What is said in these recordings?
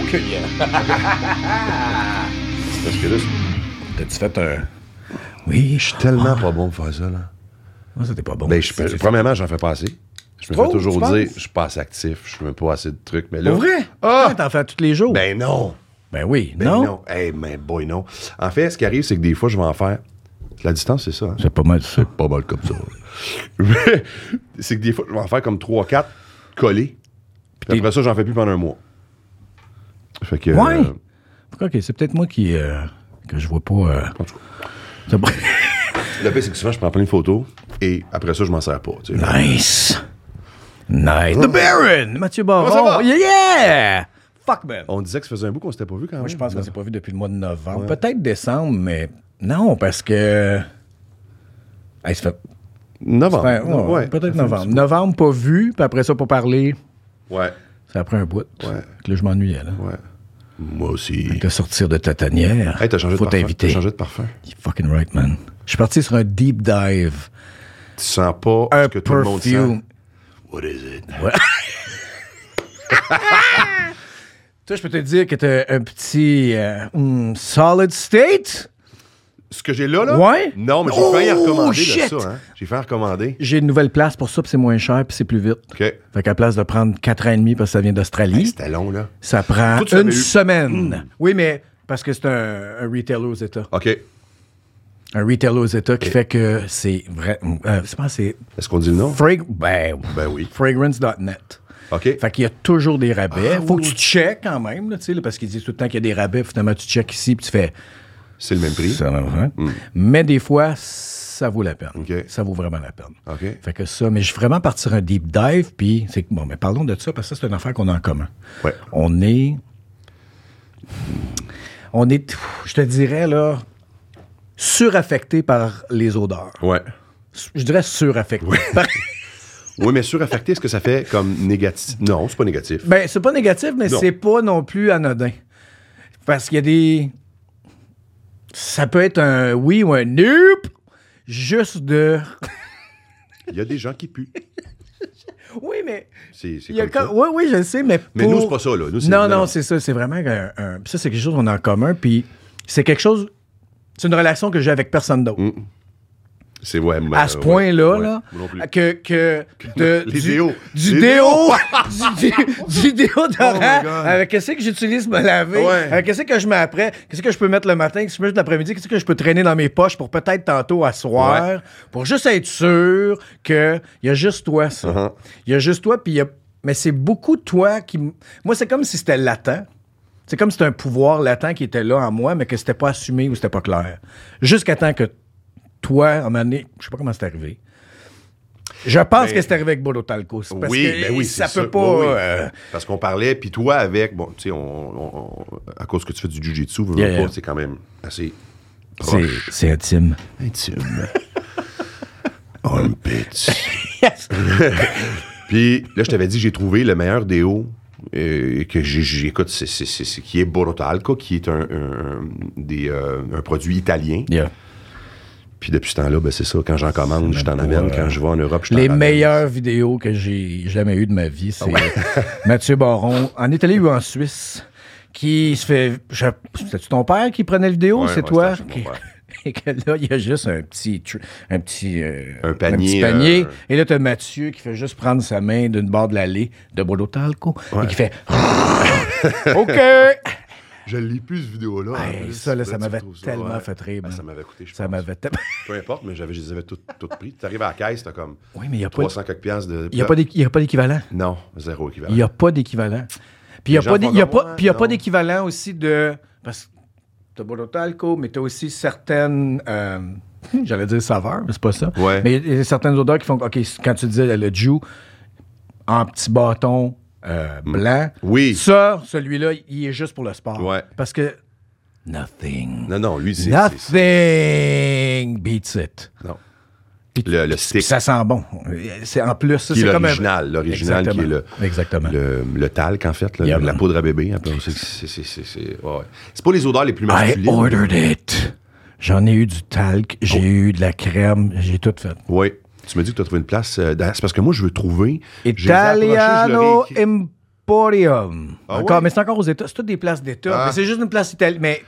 OK. C'est Parce que là, c'est- t'as-tu fait un. Oui, Je suis tellement pas bon pour faire ça, là. Moi, c'était pas bon. Ben, je, peux- premièrement, j'en fais pas assez. Je me Trop, fais toujours Oh, tu dire, penses? je suis pas assez actif, je fais pas assez de trucs. Mais là. Pour vrai? Ah! Ouais, T'en fais tous les jours. Ben, Ben non! oui, Ben non? non. Hey, mais boy, non. En fait, ce qui arrive, c'est que des fois, je vais en faire. La distance, c'est ça. hein? C'est pas mal ça. Pas mal comme ça. Mais c'est que des fois, je vais en faire comme 3-4 collés. Puis Puis- après ça, j'en fais plus pendant un mois. Fait que. Ouais. euh, Pourquoi? OK, c'est peut-être moi qui. euh, que je vois pas. euh, en tout cas, c'est pas- le pire, c'est que souvent, je prends plein de photos et après ça, je m'en sers pas. tu sais. nice. Nice. The Baron! Mathieu Baron. Comment ça va? Oh, Yeah, yeah! Fuck, man. On disait que ça faisait un bout qu'on s'était pas vu quand même. Moi, je pense qu'on s'est pas vu depuis le mois de novembre. Peut-être décembre, mais non, parce que. Hey, ça fait- Novembre. ben, ouais, Ah, Ouais. peut-être novembre. Novembre, pas vu, puis après ça, pas parlé. Ouais. Ça a pris un bout. Ouais. Fait que Là, je m'ennuyais, là. Ouais. Moi aussi. De sortir de ta tanière. Hey, t'as changé Faut de parfum. T'as t'inviter. changé de parfum. You're fucking right, man. Je suis parti sur un deep dive. Tu sens pas Un ce que tout le monde sent. perfume. What is it? Toi, je peux te dire que t'as un petit euh, hmm, solid state. Ce que j'ai là, là? Ouais. Non, mais j'ai Oh, failli en recommander shit! de ça. Hein? J'ai failli en recommander. J'ai une nouvelle place pour ça, puis c'est moins cher, puis c'est plus vite. OK. Fait qu'à place de prendre 4 ans et demi parce que ça vient Hey, d'Australie, C'était long, là. ça prend Toi, tu une l'avais eu. Mm. semaine. Oui, mais parce que c'est un, un retailer aux États. OK. Un retailer aux États qui fait que c'est vrai. euh, je pense que c'est Est-ce qu'on dit le nom? frag- ben, Ben oui. fragrance.net. OK. Fait qu'il y a toujours des rabais. Ah, Faut oui, que oui. tu checkes quand même, là, tu sais, là, parce qu'ils disent tout le temps qu'il y a des rabais. puis Finalement, tu checkes ici puis tu fais. C'est le même prix. Ça va, hein? Mais des fois, ça vaut la peine. Mm. OK. Ça vaut vraiment la peine. OK. Fait que ça, mais je vais vraiment partir un deep dive, puis c'est que- bon, mais parlons de ça, parce que ça, c'est une affaire qu'on a en commun. Ouais. On est. On est, pff, je te dirais, là, suraffecté par les odeurs. Ouais. Je dirais suraffecté. Par- Oui, mais suraffecté, est-ce que ça fait comme négatif? Non, c'est pas négatif. Ben, c'est pas négatif, mais Non. c'est pas non plus anodin. Parce qu'il y a des. Ça peut être un oui ou un nope, juste de. Il y a des gens qui puent. Oui, mais. C'est c'est Il y a comme ça. comme- Oui, oui, je le sais, mais. Mais pour- nous, c'est pas ça, là. Nous, c'est- non, non, non, non. c'est ça. C'est vraiment un. un- Ça, c'est quelque chose qu'on a en commun. Puis c'est quelque chose. C'est une relation que j'ai avec personne Mm. d'autre. C'est ouais, mais, à ce euh, point-là, ouais. là, Moi non plus. que, que de, Les du, déos. du Les déo, du, dé- du déodorant, Oh my God. avec qu'est-ce que j'utilise pour me laver, Ouais. avec qu'est-ce que je mets après, qu'est-ce que je peux mettre le matin, qu'est-ce que je mets l'après-midi, qu'est-ce que je peux traîner dans mes poches pour peut-être tantôt à soir, Ouais. pour juste être sûr que il y a juste toi, ça. Il Uh-huh. y a juste toi, puis il y a... Mais c'est beaucoup toi qui... m- Moi, c'est comme si c'était latent. C'est comme si c'était un pouvoir latent qui était là en moi, mais que c'était pas assumé ou c'était pas clair. Jusqu'à temps que toi, à un moment donné, je sais pas comment c'est arrivé. Je pense Ben, que c'est arrivé avec Bodo Talco. c'est Parce oui, que ben oui, ça c'est peut sûr. pas. Oui, oui. euh, Parce qu'on parlait, puis toi avec, bon, tu sais, on, on- on- à cause que tu fais du jujitsu, veux, veux Yeah, pas, yeah. c'est quand même assez c'est- proche. c'est intime. intime. Armpits. Puis là, je t'avais dit, j'ai trouvé le meilleur déo euh, que j'ai- j'écoute, c'est, c'est, c'est- c'est- qui est Borotalco, qui est un, un- des, euh, un produit italien. Yeah. Puis depuis ce temps-là, ben, c'est ça, quand j'en commande, je t'en amène. Quand je vais en Europe, je t'en Les ramène. meilleures vidéos que j'ai jamais eues de ma vie, Ah c'est Mathieu Baron, en Italie ou en Suisse, qui se fait. je- C'est-tu ton père qui prenait la vidéo Ouais, C'est ouais, toi c'était qui- mon père. Et que là, il y a juste un petit. tr- Un petit, euh, Un panier, petit panier. euh, Et là, t'as Mathieu qui fait juste prendre sa main d'une barre de l'allée de Bodo Talco et qui fait. OK! Je lis plus cette vidéo-là. Hey, en plus. ça, là, ça Tu m'avait trouves ça, tellement ouais. fait rire, Ah, man. ça m'avait coûté, je Ça pense. m'avait tellement. Peu importe, mais j'avais, je les avais toutes toutes prises. T'arrives à la caisse, t'as comme Oui, mais il n'y a pas, 300 quelques piastres de... y a pas d'équ- y a pas d'équivalent. Non, zéro équivalent. Il n'y a pas d'équivalent. Puis il n'y a, Les gens pas d'é- font y a comme pas- moi, puis y a pas non. d'équivalent aussi de. Parce que t'as Borotalco, mais t'as aussi certaines. euh, J'allais dire saveurs, mais c'est pas ça. Ouais. Mais il y a certaines odeurs qui font. que, OK, quand tu disais le Jew en petit bâton euh, blanc. Mm. Oui. Ça, celui-là, il est juste pour le sport. Ouais. Parce que. Nothing. Non, non, lui, c'est... c'est- c'est- Nothing beats it. Non. Puis- Le, le Puis stick. ça sent bon. C'est en plus, ça, qui est c'est comme un- l'original, l'original qui est le, Exactement. Exactement. le, le talc, en fait, là, Yeah, le- la man. poudre à bébé. Après, on sait que c'est, c'est, c'est, c'est- ouais, ouais. C'est pas les odeurs les plus I masculines. ordered it. J'en ai eu du talc, j'ai eu de la crème, j'ai tout fait. Oui. Tu me dis que tu as trouvé une place. euh, dans- c'est parce que moi, je veux trouver. j'ai approché, je leur ai Italiano écrit- im- Emporium. Ah Encore, ouais? Mais c'est encore aux États. C'est toutes des places d'État. Ah. Mais c'est juste une place italienne. Mais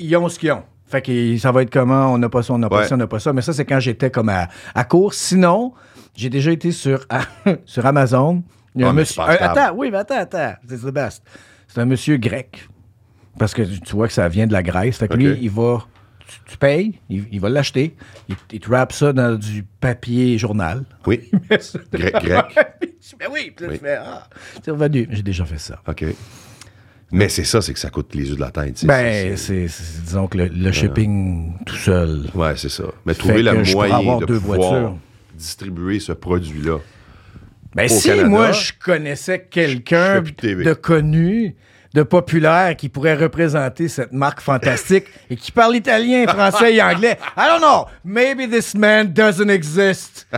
ils ont ce qu'ils ont. Fait que ça va être comment, on n'a pas ça, on n'a pas Ouais. ça, on n'a pas ça. Mais ça, c'est quand j'étais comme à, à court. Sinon, j'ai déjà été sur, sur Amazon. Il y a Ah, un mais monsieur. c'est pas un- stable. attends, oui, mais attends, attends. C'est le best. C'est un monsieur grec. Parce que tu vois que ça vient de la Grèce. Fait que Ok. lui, il va. Tu, tu payes, il, il va l'acheter. Il, il te wrap ça dans du papier journal. Oui. Mais ça- Grec, grec. Ben oui, puis là, Oui. tu fais Ah, c'est revenu. J'ai déjà fait ça. OK. Mais c'est ça, c'est que ça coûte les yeux de la tête. tu sais, Ben, c'est- c'est, c'est- disons que le, le shipping tout seul. c'est- Ouais, c'est ça. Mais Fait trouver que le je pourrais moyen avoir de deux pouvoir voitures. distribuer ce produit-là. Ben, Au si Canada, moi, je connaissais je quelqu'un fais plus de TV. de connu, de populaire, qui pourrait représenter cette marque fantastique et qui parle italien, français et anglais, I don't know, maybe this man doesn't exist.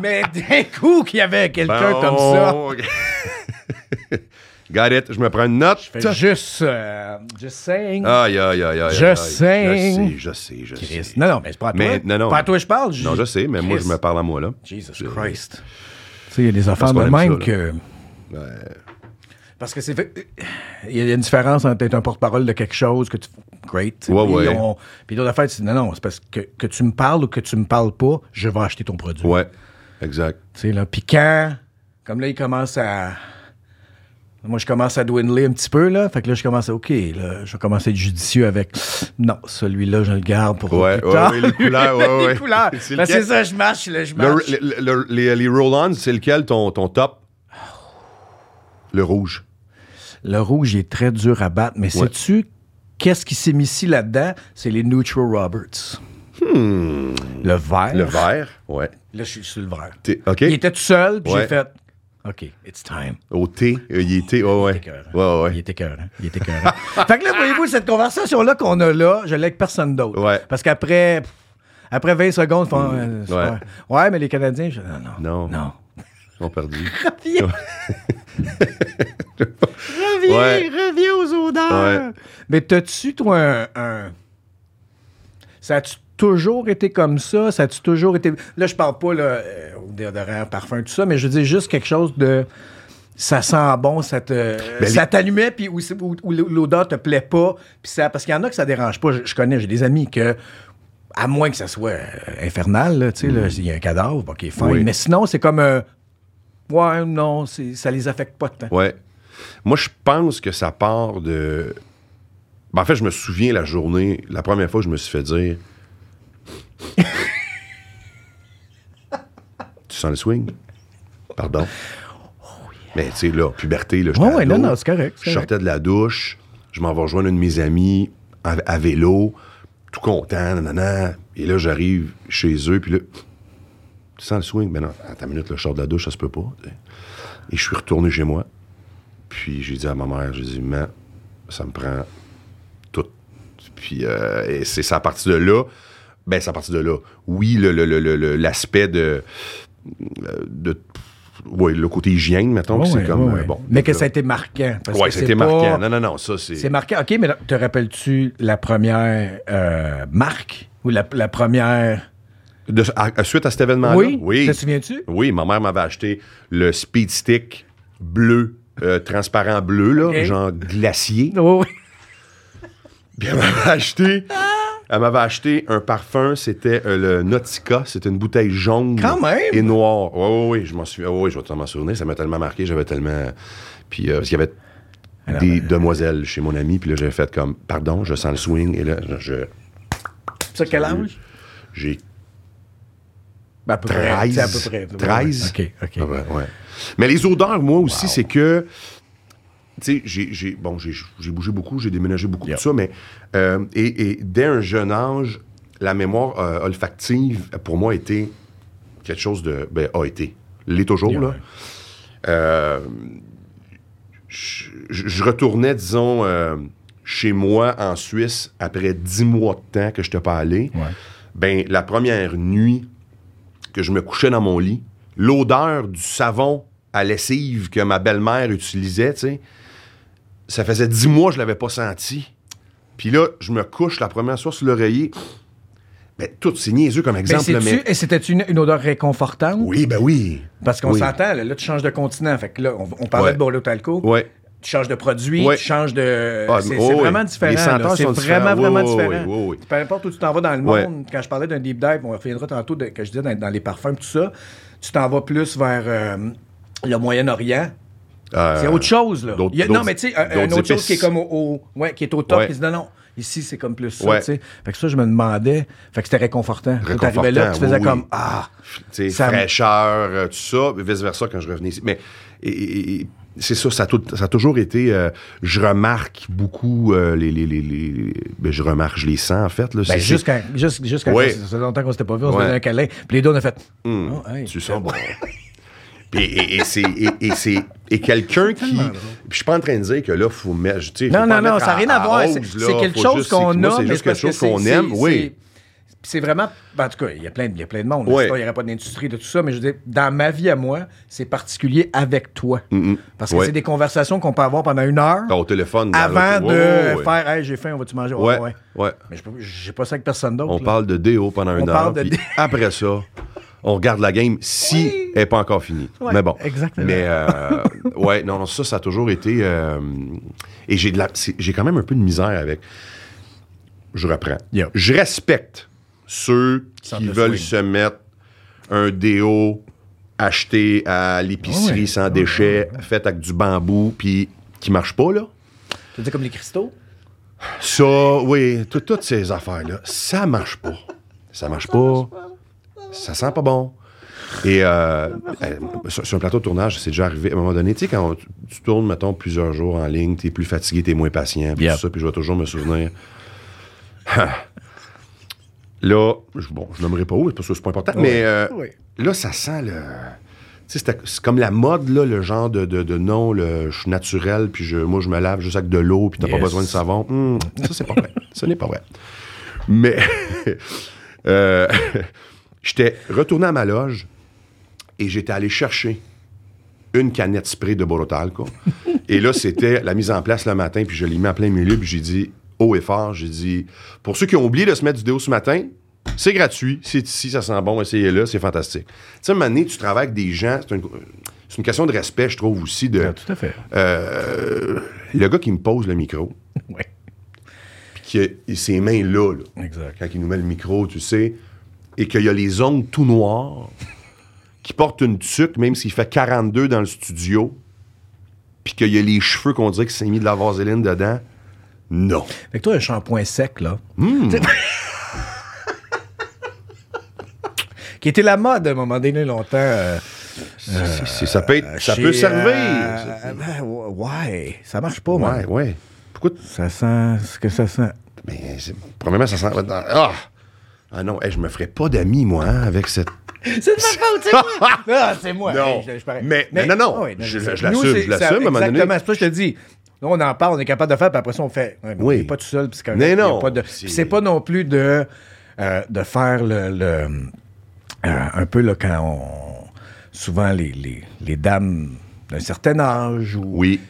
Mais d'un coup, qu'il y avait quelqu'un comme ça. ça. Got it. Je me prends une note. Fait Juste, euh, just saying. Aïe, aïe, aïe, aïe. Je aïe. sais. Je sais, je sais, je Chris. sais. Non, non, mais c'est pas à toi. Mais- non, non. Pas à toi, je parle. Non, je sais, mais moi, Chris. je me parle à moi, là. Jesus Je- Christ. Tu sais, il y a des Parce affaires qu'on de aime même ça, là. que. Parce que c'est fait. Il y a une différence entre être un porte-parole de quelque chose que tu. Great. tu sais, Ouais, puis ouais. on- Puis l'autre affaire, c'est non, non, c'est parce que, que tu me parles ou que tu me parles pas, je vais acheter ton produit. Ouais, exact. Tu sais, là. Puis quand. Comme là, il commence à. Moi, je commence à dwindler un petit peu, là. Fait que là, je commence à. OK, là, je vais commencer à être judicieux avec. Non, celui-là, je le garde pour. Ouais, plus ouais, tard. ouais, les couleurs, ouais, les ouais. couleurs. C'est Ben, lequel? c'est ça, je marche, là, je Oh. Le- marche. le- le- les les roll-ons, c'est lequel ton, ton top? Le rouge. Le rouge il est très dur à battre, mais Ouais. sais-tu qu'est-ce qui s'est mis ici là-dedans? C'est les Neutral Roberts. Le vert. Hmm. Le vert. Ouais. Là, je suis sur le vert. T'es- OK. Il était tout seul, puis Ouais. j'ai fait OK, it's time. Au thé. euh, Il était. Ouais, ouais. Écœurant. Ouais, Il ouais. était cœur, hein. Il était cœur. fait que là, voyez-vous, cette conversation-là qu'on a là, je l'ai avec personne d'autre. Ouais. Parce qu'après pff, après 20 secondes, ils font, euh, c'est Ouais. pas- ouais, mais les Canadiens, je- non, Non. non. Non. On perdu. Reviens. reviens, Ouais. reviens aux odeurs. Ouais. Mais t'as-tu, toi, un. un- Ça a-tu toujours été comme ça? Ça a-tu toujours été. Là, je parle pas là, euh, au déodorant, parfum, tout ça, mais je veux dire juste quelque chose de. Ça sent bon, ça te. Ben, ça les- t'allumait, puis où, c'est- où- où l'odeur te plaît pas. Puis ça, parce qu'il y en a que ça dérange pas. Je, je connais, j'ai des amis que. À moins que ça soit euh, infernal, là, tu sais, là, il y a un cadavre, ok, fine. Mm. Oui. Mais sinon, c'est comme. euh, Ouais, non, c'est- ça les affecte pas tant. Ouais. Moi, je pense que ça part de. Ben, en fait, je me souviens la journée, la première fois que je me suis fait dire. tu sens le swing? Pardon. Mais tu sais, là, puberté, là, j'étais Ouais, ouais, ado. non, non, c'est correct, c'est Je sortais de la douche, je m'en vais rejoindre un de mes amis à, à vélo, tout content, nanana. Et là, j'arrive chez eux, puis là, tu sens le swing? Ben non, attends une minute, le je sors de la douche, ça se peut pas. tu sais. Et je suis retourné chez moi. Puis j'ai dit à ma mère, j'ai dit, mais ça me prend tout. Puis euh, et c'est ça à partir de là. Ben, c'est à partir de là. Oui, le- le- le- le- le- l'aspect de. euh, de ouais, le côté hygiène, mettons, que Ouais, c'est ouais, comme. ouais. euh, bon, mais que là. ça a été marquant. Parce Ouais, que c'était c'est pas- marquant. Non, non, non, ça, c'est. C'est marquant. OK, mais là, te rappelles-tu la première euh, marque ou la, la première. De- à- à- suite à cet événement-là? Oui? Oui. Te souviens-tu? Oui, ma mère m'avait acheté le Speed Stick bleu, euh, transparent bleu, là, Ok. genre glacier. Oh, oui. Puis elle m'avait acheté. Ah. Elle m'avait acheté un parfum, c'était euh, le Nautica, c'était une bouteille jaune Quand même! et noire. Oui, oui, oui, je m'en souviens. Oui, oui, je vais m'en souvenir, ça m'a tellement marqué, j'avais tellement. Puis, euh, parce qu'il y avait des euh, demoiselles chez mon ami, puis là, j'avais fait comme, pardon, je sens le swing, et là, je- Ça, quel âge? j'ai Ben, à peu près. C'est 13. à peu près. 13. OK, OK. Ah ouais, ouais. Mais les odeurs, moi aussi, c'est que. Tu sais, j'ai- j'ai bon, j'ai- j'ai bougé beaucoup, j'ai déménagé beaucoup, Yeah. tout ça, mais. euh, et, et dès un jeune âge, la mémoire euh, olfactive, pour moi, était quelque chose de. Ben, a été. L'est toujours, Yeah, là. ouais. Euh, je, je- je retournais, disons, euh, chez moi en Suisse après dix mois de temps que je n'étais pas allé. Ouais. Ben, la première nuit que je me couchais dans mon lit, l'odeur du savon à lessive que ma belle-mère utilisait, tu sais, ça faisait dix mois que je l'avais pas senti. Puis là, je me couche la première soirée sur l'oreiller. Ben, tout, c'est niaiseux comme exemple. Mais là, c'est-tu- mais- Et c'était-tu une, une odeur réconfortante? Oui, ben oui. Parce qu'on Oui. s'entend, là, là, tu changes de continent. Fait que là, on, on parlait Ouais. de Bordeaux-Talco. Ouais. Tu changes de produit, Ouais. tu changes de. Ah, c'est oh c'est oui. vraiment différent. Les là. senteurs C'est sont vraiment, différents. vraiment Oui, oui, différent. oui, oui. Peu importe où tu t'en vas dans le Ouais. monde, quand je parlais d'un deep dive, on reviendra tantôt, de, que je disais dans, dans les parfums, tout ça, tu t'en vas plus vers euh, le Moyen-Orient. Euh, C'est autre chose, là. d'autres- Il y a- non, d'autres- mais tu sais, un- une d'autres autre chose épices. qui est comme au, au- ouais, qui est au top, Ouais. qui se dit non, non, ici, c'est comme plus ça, Ouais. tu sais. Fait que ça, je me demandais. Fait que c'était réconfortant. Quand Réconfortant, t'arrivais là, tu faisais oui, oui. comme, ah, Tu sais, Ça me- fraîcheur, euh, tout ça, et vice-versa quand je revenais ici. Mais et- et- et c'est ça, ça a, tout- ça a toujours été. euh, je remarque beaucoup euh, les. les, les, les- ben, je remarque, je les sens en fait. Là, Ben, c'est- juste quand, juste, juste quand Ouais. ça faisait longtemps qu'on s'était pas vu, on se Ouais. faisait un câlin. Puis les deux, on a fait. Hmm, Oh, hey. Tu sens bon. Puis- et, et, et c'est et, et c'est- et quelqu'un qui. Puis je suis pas en train de dire que là, faut mettre. tu sais, faut Non, pas non, non, mettre ça n'a rien à voir. C'est hausse, c'est là, quelque faut chose juste- c'est- qu'on moi, a, c'est mais juste c'est parce quelque chose que c'est- qu'on c'est- aime. Oui. c'est- C'est vraiment. ben, en tout cas, il y a plein de, il y a plein de monde. là. Ouais. Sinon, Il n'y aurait pas d'industrie de tout ça, mais je veux dire, dans ma vie à moi, c'est particulier avec toi. Parce que Ouais. c'est des conversations qu'on peut avoir pendant une heure Au téléphone. dans avant l'auto. de Ouais, ouais, faire Hey, j'ai faim, on va-tu manger Ouais, Ouais, ouais. ouais. Mais je peux- j'ai pas ça avec personne d'autre. On là. parle de déo pendant une heure. parle de puis dé- après ça, on regarde la game si elle n'est pas encore finie. Ouais, mais bon. exactement. Mais euh, ouais, non, non, ça, ça a toujours été. euh, et j'ai de la- c'est- j'ai quand même un peu de misère avec. Je reprends. Yep. Je respecte ceux Centre qui de veulent swing. se mettre un déo acheté à l'épicerie Ah Ouais, sans déchets, fait avec du bambou, puis qui marche pas, là. Tu veux dire comme les cristaux? Ça, oui, tout- toutes ces affaires-là, ça marche pas. Ça marche pas. Ça sent pas bon. Et euh, euh, sur, sur un plateau de tournage, c'est déjà arrivé à un moment donné, tu sais, quand on- tu- tu tournes, mettons, plusieurs jours en ligne, t'es plus fatigué, t'es moins patient, puis Yep. tout ça, puis je vais toujours me souvenir. là, je, bon, je nommerai pas où, parce que c'est pas important, mais euh, Oui. là, ça sent le... Tu sais, c'était- c'est comme la mode, là, le genre de, de, de non, le, je suis naturel, puis je, moi, je me lave juste avec de l'eau, puis t'as Yes. pas besoin de savon. Hum, ça, c'est pas vrai. Ce n'est pas vrai. Mais euh, j'étais retourné à ma loge et j'étais allé chercher une canette spray de Borotalco. et là, c'était la mise en place le matin, puis je l'ai mis en plein milieu, puis j'ai dit haut et fort, j'ai dit pour ceux qui ont oublié de se mettre du déo ce matin, c'est gratuit, c'est ici, ça sent bon, essayez-le, c'est fantastique. Tu sais, à un moment donné, tu travailles avec des gens, c'est une, c'est une question de respect, je trouve aussi, de Ah, Tout à fait. euh, le gars qui me pose le micro, Ouais. puis qui a et ses mains là, là Exact. quand il nous met le micro, tu sais, et qu'il y a les ongles tout noirs, qui portent une tuque, même s'il fait 42 dans le studio, puis qu'il y a les cheveux qu'on dirait qu'il s'est mis de la vaseline dedans. Non. Fait que toi, un shampoing sec, là. Hmm. qui était la mode à un moment donné longtemps. euh, C'est- c'est- ça peut, être- ça chez, peut servir. euh, euh, ben, ouais, ça marche pas, moi. ouais, ouais. Pourquoi? t- Ça sent ce que ça sent. Mais c'est- premièrement, ça sent. Ah! Ah non, hey, je me ferais pas d'amis, moi, hein, avec cette. C'est de ma faute, c'est moi! Ah, c'est moi! Non. Hey, je- je parais. Mais- mais non, non. ouais, Je- c'est- je l'assume, nous, c'est- je l'assume, ça- à un moment donné. Exactement, c'est pour ça que je te dis. Nous, on en parle, on est capable de faire, puis après ça, on fait. Ouais, mais Oui. on n'est pas tout seul, puis c'est correct. Mais Il y a non. pas de- C'est- puis C'est pas non plus de, euh, de faire le. le, euh, un peu, là, quand on. Souvent, les, les, les dames d'un certain âge ou. Oui.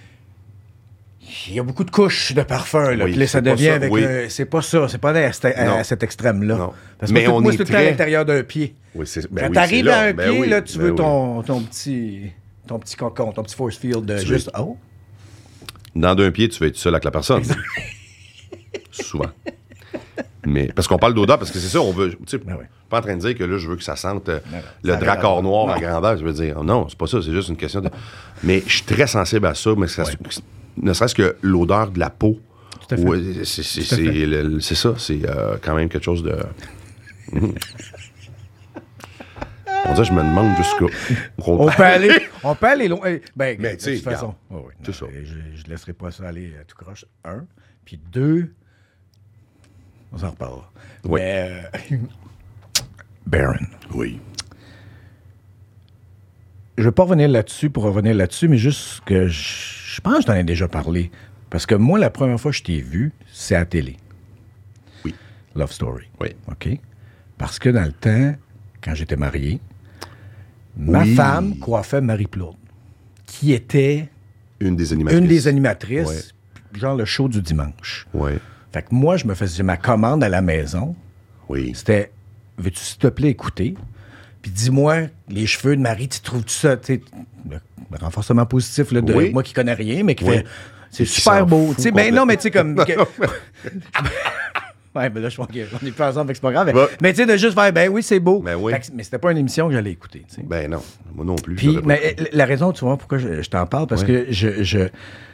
Il y a beaucoup de couches de parfum, là. Oui, puis là, ça c'est pas devient ça, avec. oui. le- c'est pas ça, c'est pas à, cet- à- Non. à cet extrême-là. Non. Parce que Mais moi, tout- on moi, est c'est tout le temps à très- l'intérieur d'un pied. Oui, c'est- ben Quand oui, t'arrives c'est à là. un Ben pied, oui, là, tu ben veux oui. ton, ton petit. Ton petit cocon, ton petit force field de Tu juste. Oh! dans d'un pied, tu vas être seul avec la personne. Souvent. Mais, parce qu'on parle d'odeur, parce que c'est ça, on veut. Tu sais, Ben oui. pas en train de dire que là, je veux que ça sente euh, Ben oui. le Ça dracard regarde. noir à grandeur. Je veux dire, non, c'est pas ça, c'est juste une question de. Mais je suis très sensible à ça, mais ça- ne serait-ce que l'odeur de la peau. à fait. Ouais, c'est- c'est à c'est- fait. le- le- c'est ça, c'est euh, quand même quelque chose de. Mhm. On dirait, je me demande jusqu'où. On peut aller, on peut aller loin. Eh, Ben, Mais, de tu sais, toute façon. regarde, Ouais, ouais, non, tout ça. Je, je laisserai pas ça aller euh, tout croche. Un. Puis deux. On s'en reparle. Oui. Mais, euh, Baron. Oui. je veux pas revenir là-dessus pour revenir là-dessus, mais juste que je, je pense que je t'en ai déjà parlé. Parce que moi, la première fois que je t'ai vu, c'est à la télé. Oui. Love Story. Oui. OK? Parce que dans le temps, quand j'étais marié, ma Oui. femme coiffait Marie-Claude, qui était Une des animatrices. une des animatrices, genre le show du dimanche. Oui. Fait que moi, je me faisais ma commande à la maison. Oui. C'était veux-tu s'il te plaît écouter? Puis dis-moi, les cheveux de Marie, tu trouves tout ça, tu sais, le, le renforcement positif là, de Oui. moi qui connais rien, mais qui Oui. fait c'est Qui super s'en beau. fout Tu sais, mais non, mais tu sais, comme. que- complètement. ouais, mais là, je pense qu'on est plus ensemble, fait que c'est pas grave. Mais, Ouais. mais tu sais, de juste faire, ben oui, c'est beau. Bah. Ben oui. Fait que- mais c'était pas une émission que j'allais écouter. tu sais. Ben non, moi non plus. Puis, j'aurais pas mais euh, la raison, tu vois, pourquoi je, je t'en parle, parce Ouais. que je, je-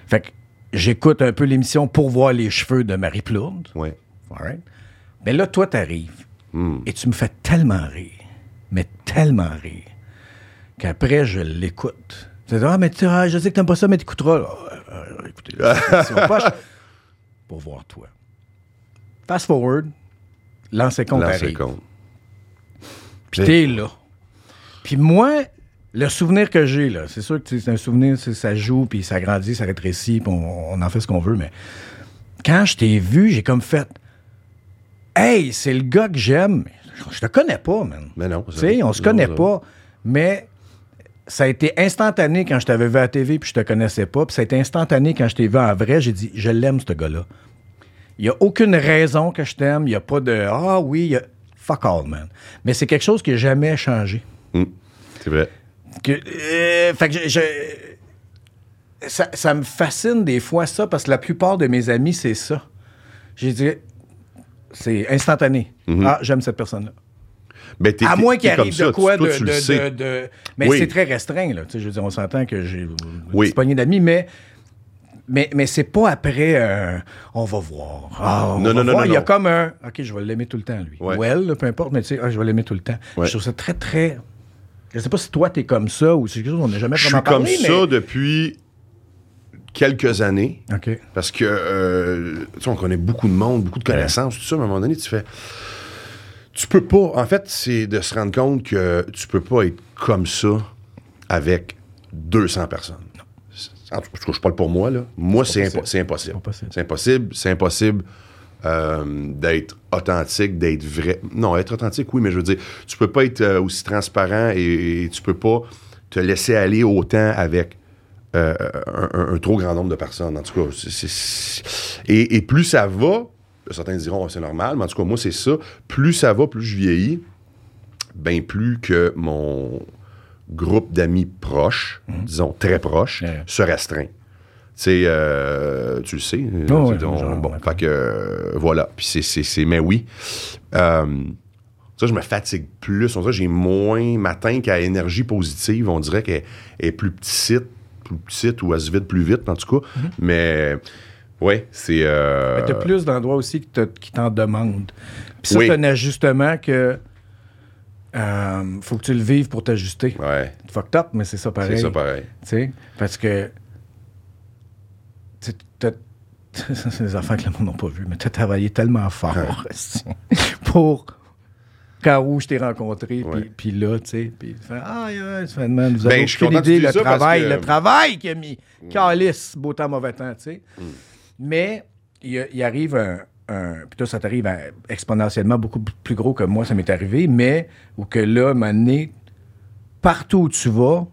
fait que j'écoute un peu l'émission pour voir les cheveux de Marie Plourde. Ouais. All right. Mais là, toi, t'arrives et tu me fais tellement rire, mais tellement rire, qu'après, je l'écoute. Tu dis, ah, mais tu sais, ah, je sais que t'aimes pas ça, mais t'écouteras. Ah, euh, euh, écoutez, là, c'est- c'est mon poche pour voir toi. Fast forward, lancez compte Là, c'est arrive. con. Puis t'es là. Puis moi, le souvenir que j'ai, là, c'est sûr que tu sais, c'est un souvenir, c'est- ça joue, puis ça grandit, ça rétrécit, puis on, on en fait ce qu'on veut, mais quand je t'ai vu, j'ai comme fait Hey, c'est le gars que j'aime. Je te connais pas, man. Mais non, Tu ça- sais, on se non, connaît ça- pas, mais ça a été instantané quand je t'avais vu à la TV puis je te connaissais pas, puis ça a été instantané quand je t'ai vu en vrai, j'ai dit je l'aime ce gars-là. Il n'y a aucune raison que je t'aime. Il n'y a pas de Ah oui, il y a- fuck all, man. Mais c'est quelque chose qui n'a jamais changé. Hum, C'est vrai. Que, euh, fait que je. je- ça, ça me fascine des fois, ça, parce que la plupart de mes amis, c'est ça. J'ai dit C'est instantané. Ah, j'aime cette personne-là. Ben, t'es- À t'es- moins qu'il t'es comme arrive ça, de tu- quoi toi, de, tu de- le de- sais. de- Mais Oui. c'est très restreint, là. Tu sais, je veux dire, on s'entend que j'ai une Oui. petite poignée d'amis, mais. Mais, mais c'est pas après euh, on va voir. Ah, on Non, va non, non, voir. non, Il y a non. comme un OK, je vais l'aimer tout le temps, lui. Ouais. Ou elle, là, peu importe, mais tu sais, ah, je vais l'aimer tout le temps. Ouais. Je trouve ça très, très. Je sais pas si toi, t'es comme ça ou c'est quelque chose qu'on n'a jamais Je vraiment suis comme parlé. ça depuis quelques années. mais... OK. Parce que, euh, tu sais, on connaît beaucoup de monde, beaucoup de connaissances, tout ça. Mais à un moment donné, tu fais. Tu peux pas. En fait, c'est de se rendre compte que tu peux pas être comme ça avec 200 personnes. C'est- En tout cas, je parle pour moi, là. Moi, c'est impo- c'est impossible. Pas possible. C'est impossible. C'est impossible euh, d'être authentique, d'être vrai. Non, être authentique, oui, mais je veux dire, tu peux pas être euh, aussi transparent et, et tu peux pas te laisser aller autant avec euh, un, un- un trop grand nombre de personnes. En tout cas, c'est- c'est- c'est- et, et plus ça va, certains diront Oh, c'est normal, mais en tout cas, moi, c'est ça. Plus ça va, plus je vieillis, bien plus que mon groupe d'amis proches, disons très proches, Ouais. se restreint. Tu sais, euh, tu le sais. euh, Oh, tu ouais, sais, on- genre, bon, d'accord. fait que euh, voilà. Puis c'est- c'est, c'est- mais oui. Euh, ça, je me fatigue plus. On dirait que j'ai moins matin qu'à énergie positive. On dirait qu'elle elle est plus petite, plus petite ou elle se vide plus vite, en tout cas. Mais ouais, c'est. euh, Mm-hmm. Mais T'as plus d'endroits aussi qui te- qui t'en demandent. Puis ça, Oui. c'est un ajustement que. euh, faut que tu le vives pour t'ajuster. ouais, Fucked up, mais c'est ça pareil. c'est ça pareil. Tu sais, parce que. Tu sais, t'as- c'est des enfants que le monde n'a pas vu, mais tu as travaillé tellement fort esti, pour. Quand où je t'ai rencontré, puis- Ouais. puis là, tu sais, puis tu fais Ah, ouais, tu fais, man, vous avez Ben, je suis aucune content que tu idée, dises le ça parce travail, que- le travail qu'il a mis. Calice, beau temps, mauvais temps, tu sais. Mm. Mais il y a- il arrive un. un- puis toi, ça t'arrive à- exponentiellement beaucoup plus gros que moi, ça m'est arrivé, mais où que là, à un moment donné, partout où tu vas,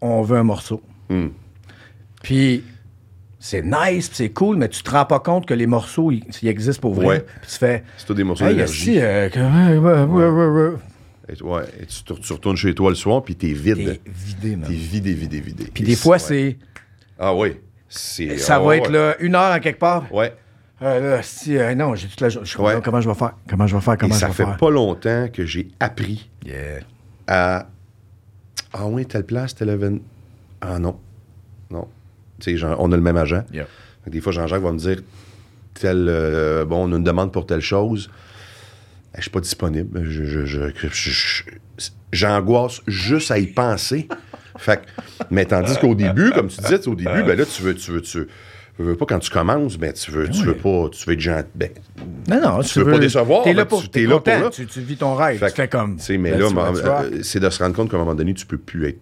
on veut un morceau. Hmm. Puis c'est nice, puis c'est cool, mais tu te rends pas compte que les morceaux, ils ils existent pour vrai. Ouais. Puis tu fais. C'est tout des morceaux Hey, d'énergie. esti, euh, que- ouais, ouais, ouais, ouais, ouais. Et, ouais, et tu, te- tu retournes chez toi le soir, puis t'es vide. T'es vidé, man. T'es vidé, vidé, vidé. Puis Et des c'est- fois, ouais. c'est. Ah oui. C'est, Ça ah, va ouais. être là, une heure en quelque part. Ouais. Euh, là, esti, euh, non, j'ai toute la journée. Je comprends Ouais. Comment je vais faire? Comment je vais faire? Et Comment je ça vais fait faire? pas longtemps que j'ai appris Yeah. à Ah oui, telle place, tel événement. Ah non. Non. Tu sais, genre, on a le même agent. Yep. Fait que Des fois, Jean-Jacques va me dire tel, euh, Bon, on a une demande pour telle chose. Eh, Je suis pas disponible. Je- je- je- je- je- je- J'angoisse juste à y penser. Fait que- mais tandis qu'au début, comme tu disais, tu sais, au début, ben là, tu veux, tu veux, tu veux pas quand tu commences, ben tu veux, tu veux pas, tu veux être gentil. Ben, Non, non, tu, veux pas décevoir, T'es mais là tu- pour. t'es T'es là pour content, là. Tu, tu vis ton rêve. fait tu fais que, comme. tu sais, mais là, Let's rock, man, let's rock. euh, c'est de se rendre compte qu'à un moment donné, tu peux plus être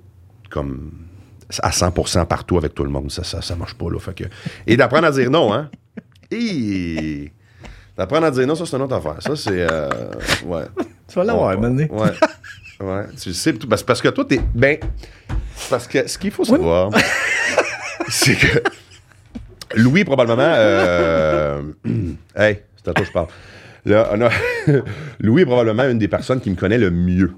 comme à 100% partout avec tout le monde. Ça, ça, ça marche pas, là. Fait que... Et d'apprendre à dire non, hein? Et... D'apprendre à dire non, ça, c'est une autre affaire. Ça, c'est... euh, Ouais. Tu vas l'avoir, Ouais, à un moment donné. Ouais. Ouais. Tu le sais, pis tout. parce, parce que toi, t'es... Ben, parce que ce qu'il faut savoir, c'est que... Louis, probablement... euh, Hey, c'est à toi que je parle. Là, on a Louis est probablement une des personnes qui me connaît le mieux.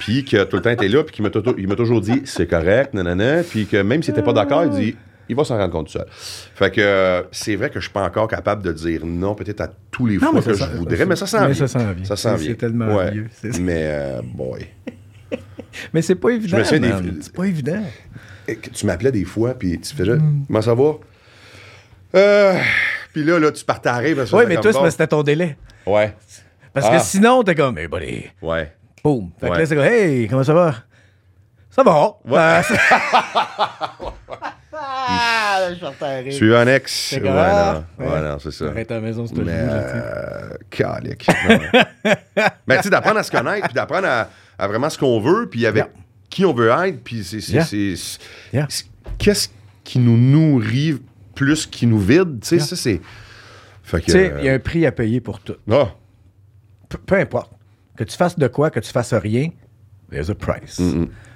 Puis qui a tout le temps été là, puis qui m'a tout- il m'a toujours dit c'est correct, nanana. Puis que même s'il n'était pas d'accord, il dit il va s'en rendre compte tout seul. Fait que euh, c'est vrai que je suis pas encore capable de dire non, peut-être à tous les fois que sent- je voudrais, mais ça s'en mais vient. ça s'en vient. Ça s'en C'est- vient. C'est tellement Ouais. vieux. C'est- Mais, euh, boy. Mais c'est pas évident. me souviens des- man. C'est pas évident. Et que tu m'appelais des fois, puis tu faisais Mm. Comment ça va? Euh, puis là, là, tu partais à rire parce que Oui, c'était mais toi, comme, c'est bon. parce que c'était ton délai. Ouais. Parce Ah. que sinon, t'es comme, hey, buddy, Ouais. boum. Fait que Ouais. là, c'est comme, hey, comment ça va? Ça va. Ben, c'est- Ah, je partais Suivant un ex. Ouais, comme, non, ah, ouais, ouais. non, c'est ça. Arrête à la maison, c'est Mais, toi le bout, là, tu sais. euh, calique. Non, ouais. Mais tu sais, d'apprendre à se connaître, puis d'apprendre à, à vraiment ce qu'on veut, puis avec Yeah. qui on veut être, puis c'est. c'est- Yeah. c'est- c'est- Yeah. c'est- Qu'est-ce qui nous nourrit plus qu'il nous vide? Tu sais, Yeah. ça, c'est. Fait que. Tu sais, il y a un prix à payer pour tout. Ah, Peu- peu importe. Que tu fasses de quoi, que tu fasses rien, there's a price.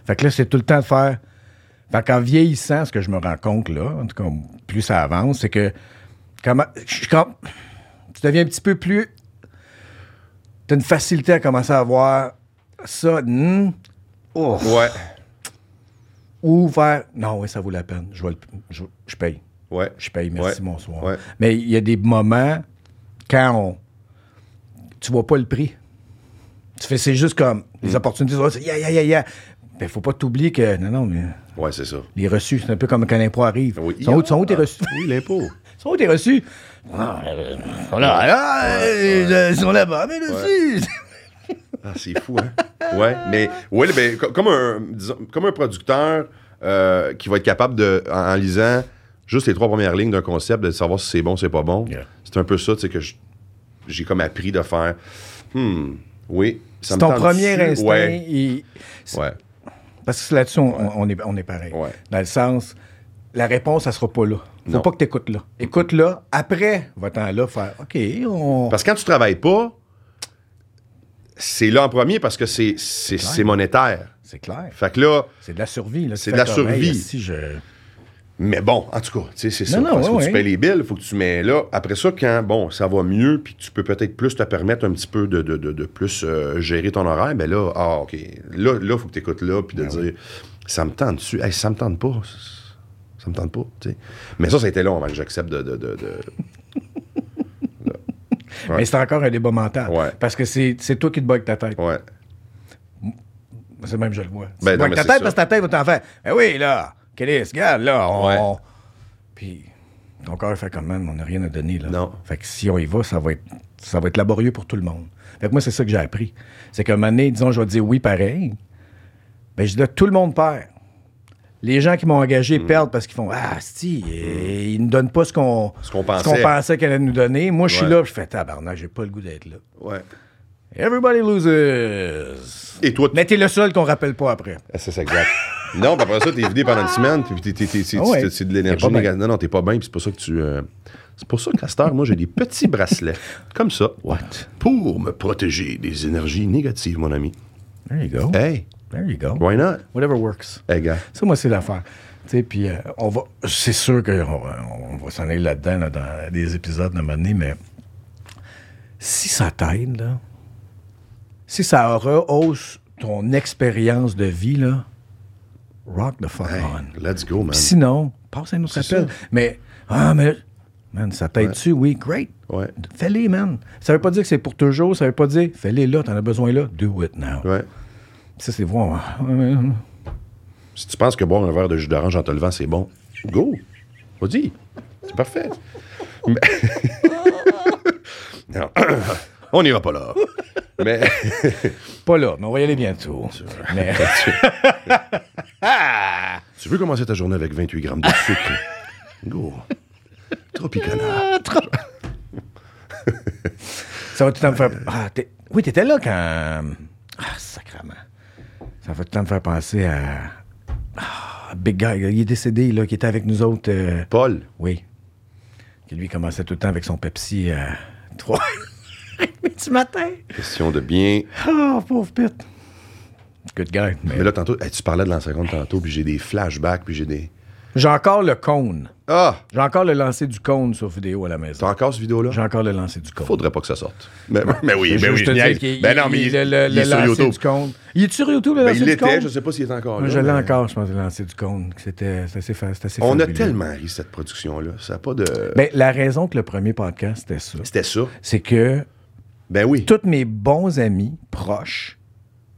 Fait que là, c'est tout le temps de faire. Fait qu'en vieillissant, ce que je me rends compte, là, en tout cas, plus ça avance, c'est que comment, je suis comme- tu deviens un petit peu plus. Tu as une facilité à commencer à voir ça. hmm, ouf, ouais. Ou faire. Non, oui, ça vaut la peine. Je, vais le- je, je paye. Ouais. Je paye, merci, Ouais. bonsoir. Ouais. Mais il y a des moments quand on. Tu vois pas le prix. Tu fais, c'est juste comme Mm. les opportunités sont là, c'est ya, ya, ya, ya. Ben, faut pas t'oublier que. Non, non, mais Ouais, c'est ça. les reçus, c'est un peu comme quand l'impôt arrive. Oui. Ah. Ils sont où, sont où tes reçus? Oui, l'impôt. Ils sont où tes reçus? Ah, euh, ils sont là, ah, euh, ils sont là-bas, mais dessus! Ah, c'est fou, hein? ouais, mais ouais, ben, co- comme, un, disons, comme un producteur euh, qui va être capable de, en, en lisant juste les trois premières lignes d'un concept, de savoir si c'est bon, c'est pas bon. Yeah. C'est un peu ça, tu sais, que je- j'ai comme appris de faire. Hmm, oui. Ça C'est me ton tente premier dessus. instinct. Ouais. il- ouais. Parce que là-dessus, on, on est, on est pareil. Ouais. Dans le sens, la réponse, ça sera pas là. Faut Non. pas que tu écoutes là. Écoute là, après, va-t'en là, faire OK, on. Parce que quand tu travailles pas, c'est là en premier parce que c'est c'est- c'est monétaire. C'est clair. Fait que là, C'est de la survie. là. Tu C'est fais de la comme, survie. Hey, si je- Mais bon, en tout cas, tu sais, c'est ça. Non, non, Parce que ouais, tu ouais. payes les billes, il faut que tu mets là. Après ça, quand, bon, ça va mieux, puis que tu peux peut-être plus te permettre un petit peu de, de, de, de plus euh, gérer ton horaire, ben là, ah, OK. Là, il faut que tu écoutes là, Ben puis de dire, ça me tente dessus. Hey, ça me tente pas. Ça me tente pas, tu sais. Mais ça, ça a été long avant que j'accepte de. de, de, de- Ouais. Mais c'est encore un débat mental. Ouais. Parce que c'est c'est toi qui te bats avec ta tête. Ouais. C'est même, je le vois. Tu Ben te bats non, mais avec ta c'est tête ça. parce que ta tête va t'en faire. Ben oui, là, Kélis, regarde, là, on. Ouais. on- Puis ton corps fait quand même, on n'a rien à donner, là. Non. Fait que si on y va, ça va être, ça va être laborieux pour tout le monde. Fait que moi, c'est ça que j'ai appris. C'est qu'à un moment donné, disons, je vais te dire oui pareil. Ben, je dis là, tout le monde perd. Les gens qui m'ont engagé Hmm. perdent parce qu'ils font Ah, si, ils ne donnent pas ce qu'on Ce qu'on ce pensait. qu'elle allait nous donner. Moi, je suis Ouais. là, puis je fais tabarnak, j'ai pas le goût d'être là. Ouais. Everybody loses. Et toi, tu- Mais t'es le seul qu'on rappelle pas après. Ah, Ça, c'est exact. non, puis après ça, t'es vidé pendant une semaine, puis t'es- t'es- t'es- c'est Ah ouais. c'est- c'est de T'es l'énergie pas bien. négative. Non, non, t'es pas bien, puis c'est pour ça que tu. euh, C'est pour ça qu'à cette heure, moi, j'ai des petits bracelets, comme ça. What? Pour me protéger des énergies négatives, mon ami. There you go. Hey, There you go. why not? Whatever works. Hey, gars. Ça, moi, c'est l'affaire. Tu sais, puis euh, on va. C'est sûr qu'on on va s'en aller là-dedans là, dans des épisodes d'un moment donné, mais si ça t'aide, là, si ça rehausse ton expérience de vie, là, rock the fuck Hey, on. let's go, man. Puis sinon, passe à un autre C'est appel. Mais, ah, mais, man, ça t'aide-tu? Oui, great. Ouais. Fais-les, man. Ça veut pas dire que c'est pour toujours. Ça veut pas dire, fais-les là, t'en as besoin là. Do it now. Ouais. Ça, c'est voir. euh, Si tu penses que boire un verre de jus d'orange en te levant, c'est bon, go. Vas-y. C'est parfait. Mais- Non. On n'ira pas là. Mais. Pas là, mais on va y aller bientôt. Mais, Tu veux commencer ta journée avec 28 grammes de sucre? Go. Tropicana. ça va tout le temps me faire. Ah, t'es- Oui, t'étais là quand. Ah, sacrement. Ça va tout le temps me faire penser à. Ah, Big Guy, il est décédé, là, qui était avec nous autres. euh, Paul. Oui. Qui lui commençait tout le temps avec son Pepsi euh, à 3 du matin. Question de bien. Oh, pauvre Pete. Good guy. Mais, Mais là, tantôt, hey, tu parlais de l'an 50 tantôt, puis j'ai des flashbacks, puis j'ai des. J'ai encore le cône. Ah! J'ai encore le lancer du cône sur vidéo à la maison. T'as encore cette vidéo-là? J'ai encore le lancer du cône. Faudrait pas que ça sorte. Mais, mais oui, Je mais veux oui, juste te niaise. dire qu'il- Ben non, mais il, il- le- le- il le est sur lancer YouTube. du cône. Il est sur YouTube, le Ben, lancer il du l'était, cône? Ah, je sais pas s'il est encore là. Moi, je l'ai mais- encore, je pense, le lancer du cône. que C'était c'est assez, fa- c'est assez On a fabuleux. tellement ri cette production-là. Ça a pas de. Ben, la raison que le premier podcast, c'était ça, C'était ça. c'est que Ben oui. tous mes bons amis proches,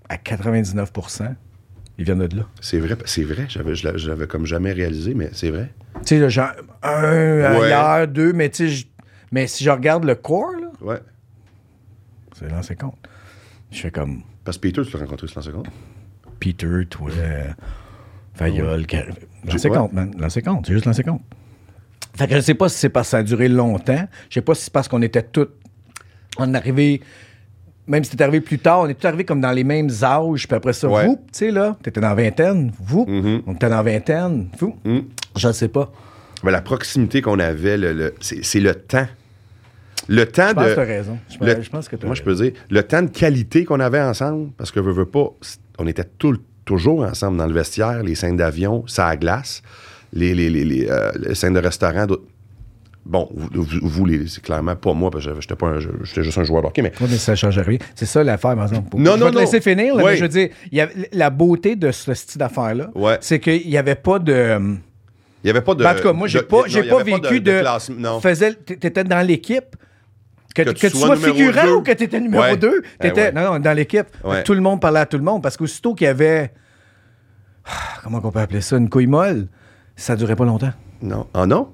à 99%, ils viennent de là. C'est vrai, c'est vrai. J'avais, je l'avais- je l'avais comme jamais réalisé, mais c'est vrai. Tu sais, là, genre, un Ouais. ailleurs, deux, mais tu sais, je- mais si je regarde le corps, là, Ouais. c'est lancé compte. Je fais comme Parce que Peter, tu l'as rencontré sur seconde. Peter, toi, euh, Fayol, Car- lancé Ouais. compte, man. Lancé compte, c'est juste lancé compte. Fait que je sais pas si c'est parce que ça a duré longtemps. Je sais pas si c'est parce qu'on était tous. On est arrivé. Même si t'es arrivé plus tard, on est tous arrivés comme dans les mêmes âges. Puis après ça, Ouais. Mhm. vous, tu sais, là, t'étais dans la vingtaine. Vous, on était dans la vingtaine. Vous, je sais pas. Mais la proximité qu'on avait, le, le- c'est, c'est le temps. Le temps Je pense de. que t'as raison. Je pense- je pense que t'as Moi, je peux dire, le temps de qualité qu'on avait ensemble, parce que veux, veux pas, c'est- on était tout- toujours ensemble dans le vestiaire, les scènes d'avion, ça à glace, les, les, les- les, euh, les scènes de restaurant. d'autres- Bon, vous, vous- vous, les- c'est clairement pas moi, parce que j'étais, pas un- j'étais juste un joueur de hockey, mais Oui, mais ça change rien. C'est ça l'affaire, par exemple. Non, je non, vais te non. laisser finir, là, Oui. mais je veux dire, il y avait- la beauté de ce style d'affaire-là, Ouais. c'est qu'il n'y avait pas de. hum, il n'y avait pas de. Ben, en tout cas, moi, j'ai de- pas, non, j'ai il y pas avait vécu de. classe- non. faisais- t'é- T'étais dans l'équipe. Que, que tu sois, numéro figurant deux. ou que tu étais numéro Ouais. 2, Eh ouais. non, non, dans l'équipe. Ouais. Tout le monde parlait à tout le monde parce qu'aussitôt qu'il y avait. Ah, Comment on peut appeler ça Une couille molle, ça durait pas longtemps. Non. Ah non?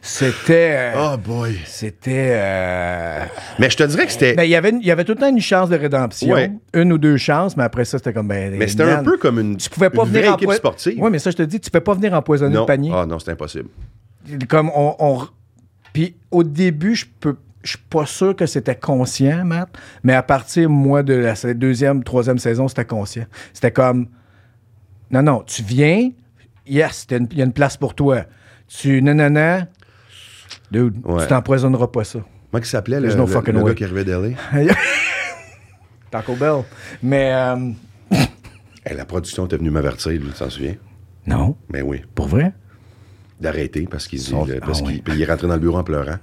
C'était. euh, Oh boy. C'était. euh, Mais je te dirais que c'était. Ben, il y avait une- il y avait tout le temps une chance de rédemption. Ouais. Une ou deux chances, mais après ça, c'était comme. Ben, Mais c'était un peu comme une, Tu pouvais pas une venir vraie empoi- équipe sportive. Oui, mais ça, je te dis, tu peux pas venir empoisonner non. le panier. Ah non, c'est impossible. Comme on. on- Puis au début, je peux. Je suis pas sûr que c'était conscient, Matt, mais à partir, moi, de la sa- deuxième, troisième saison, c'était conscient. C'était comme, non, non, tu viens, yes, t'as une- il y a une place pour toi. Tu, non, non, non, dude, Ouais. tu t'empoisonneras pas ça. Moi qui s'appelait le, There's no le- fucking le way. gars qui arrivait d'L.A. Taco Bell. Mais, euh, Hey, Eh, la production était venue m'avertir, lui, tu t'en souviens? non, Mais oui, pour vrai? d'arrêter parce qu'il dit- Son- le- parce Ah qu'il- oui. puis il est rentré dans le bureau en pleurant.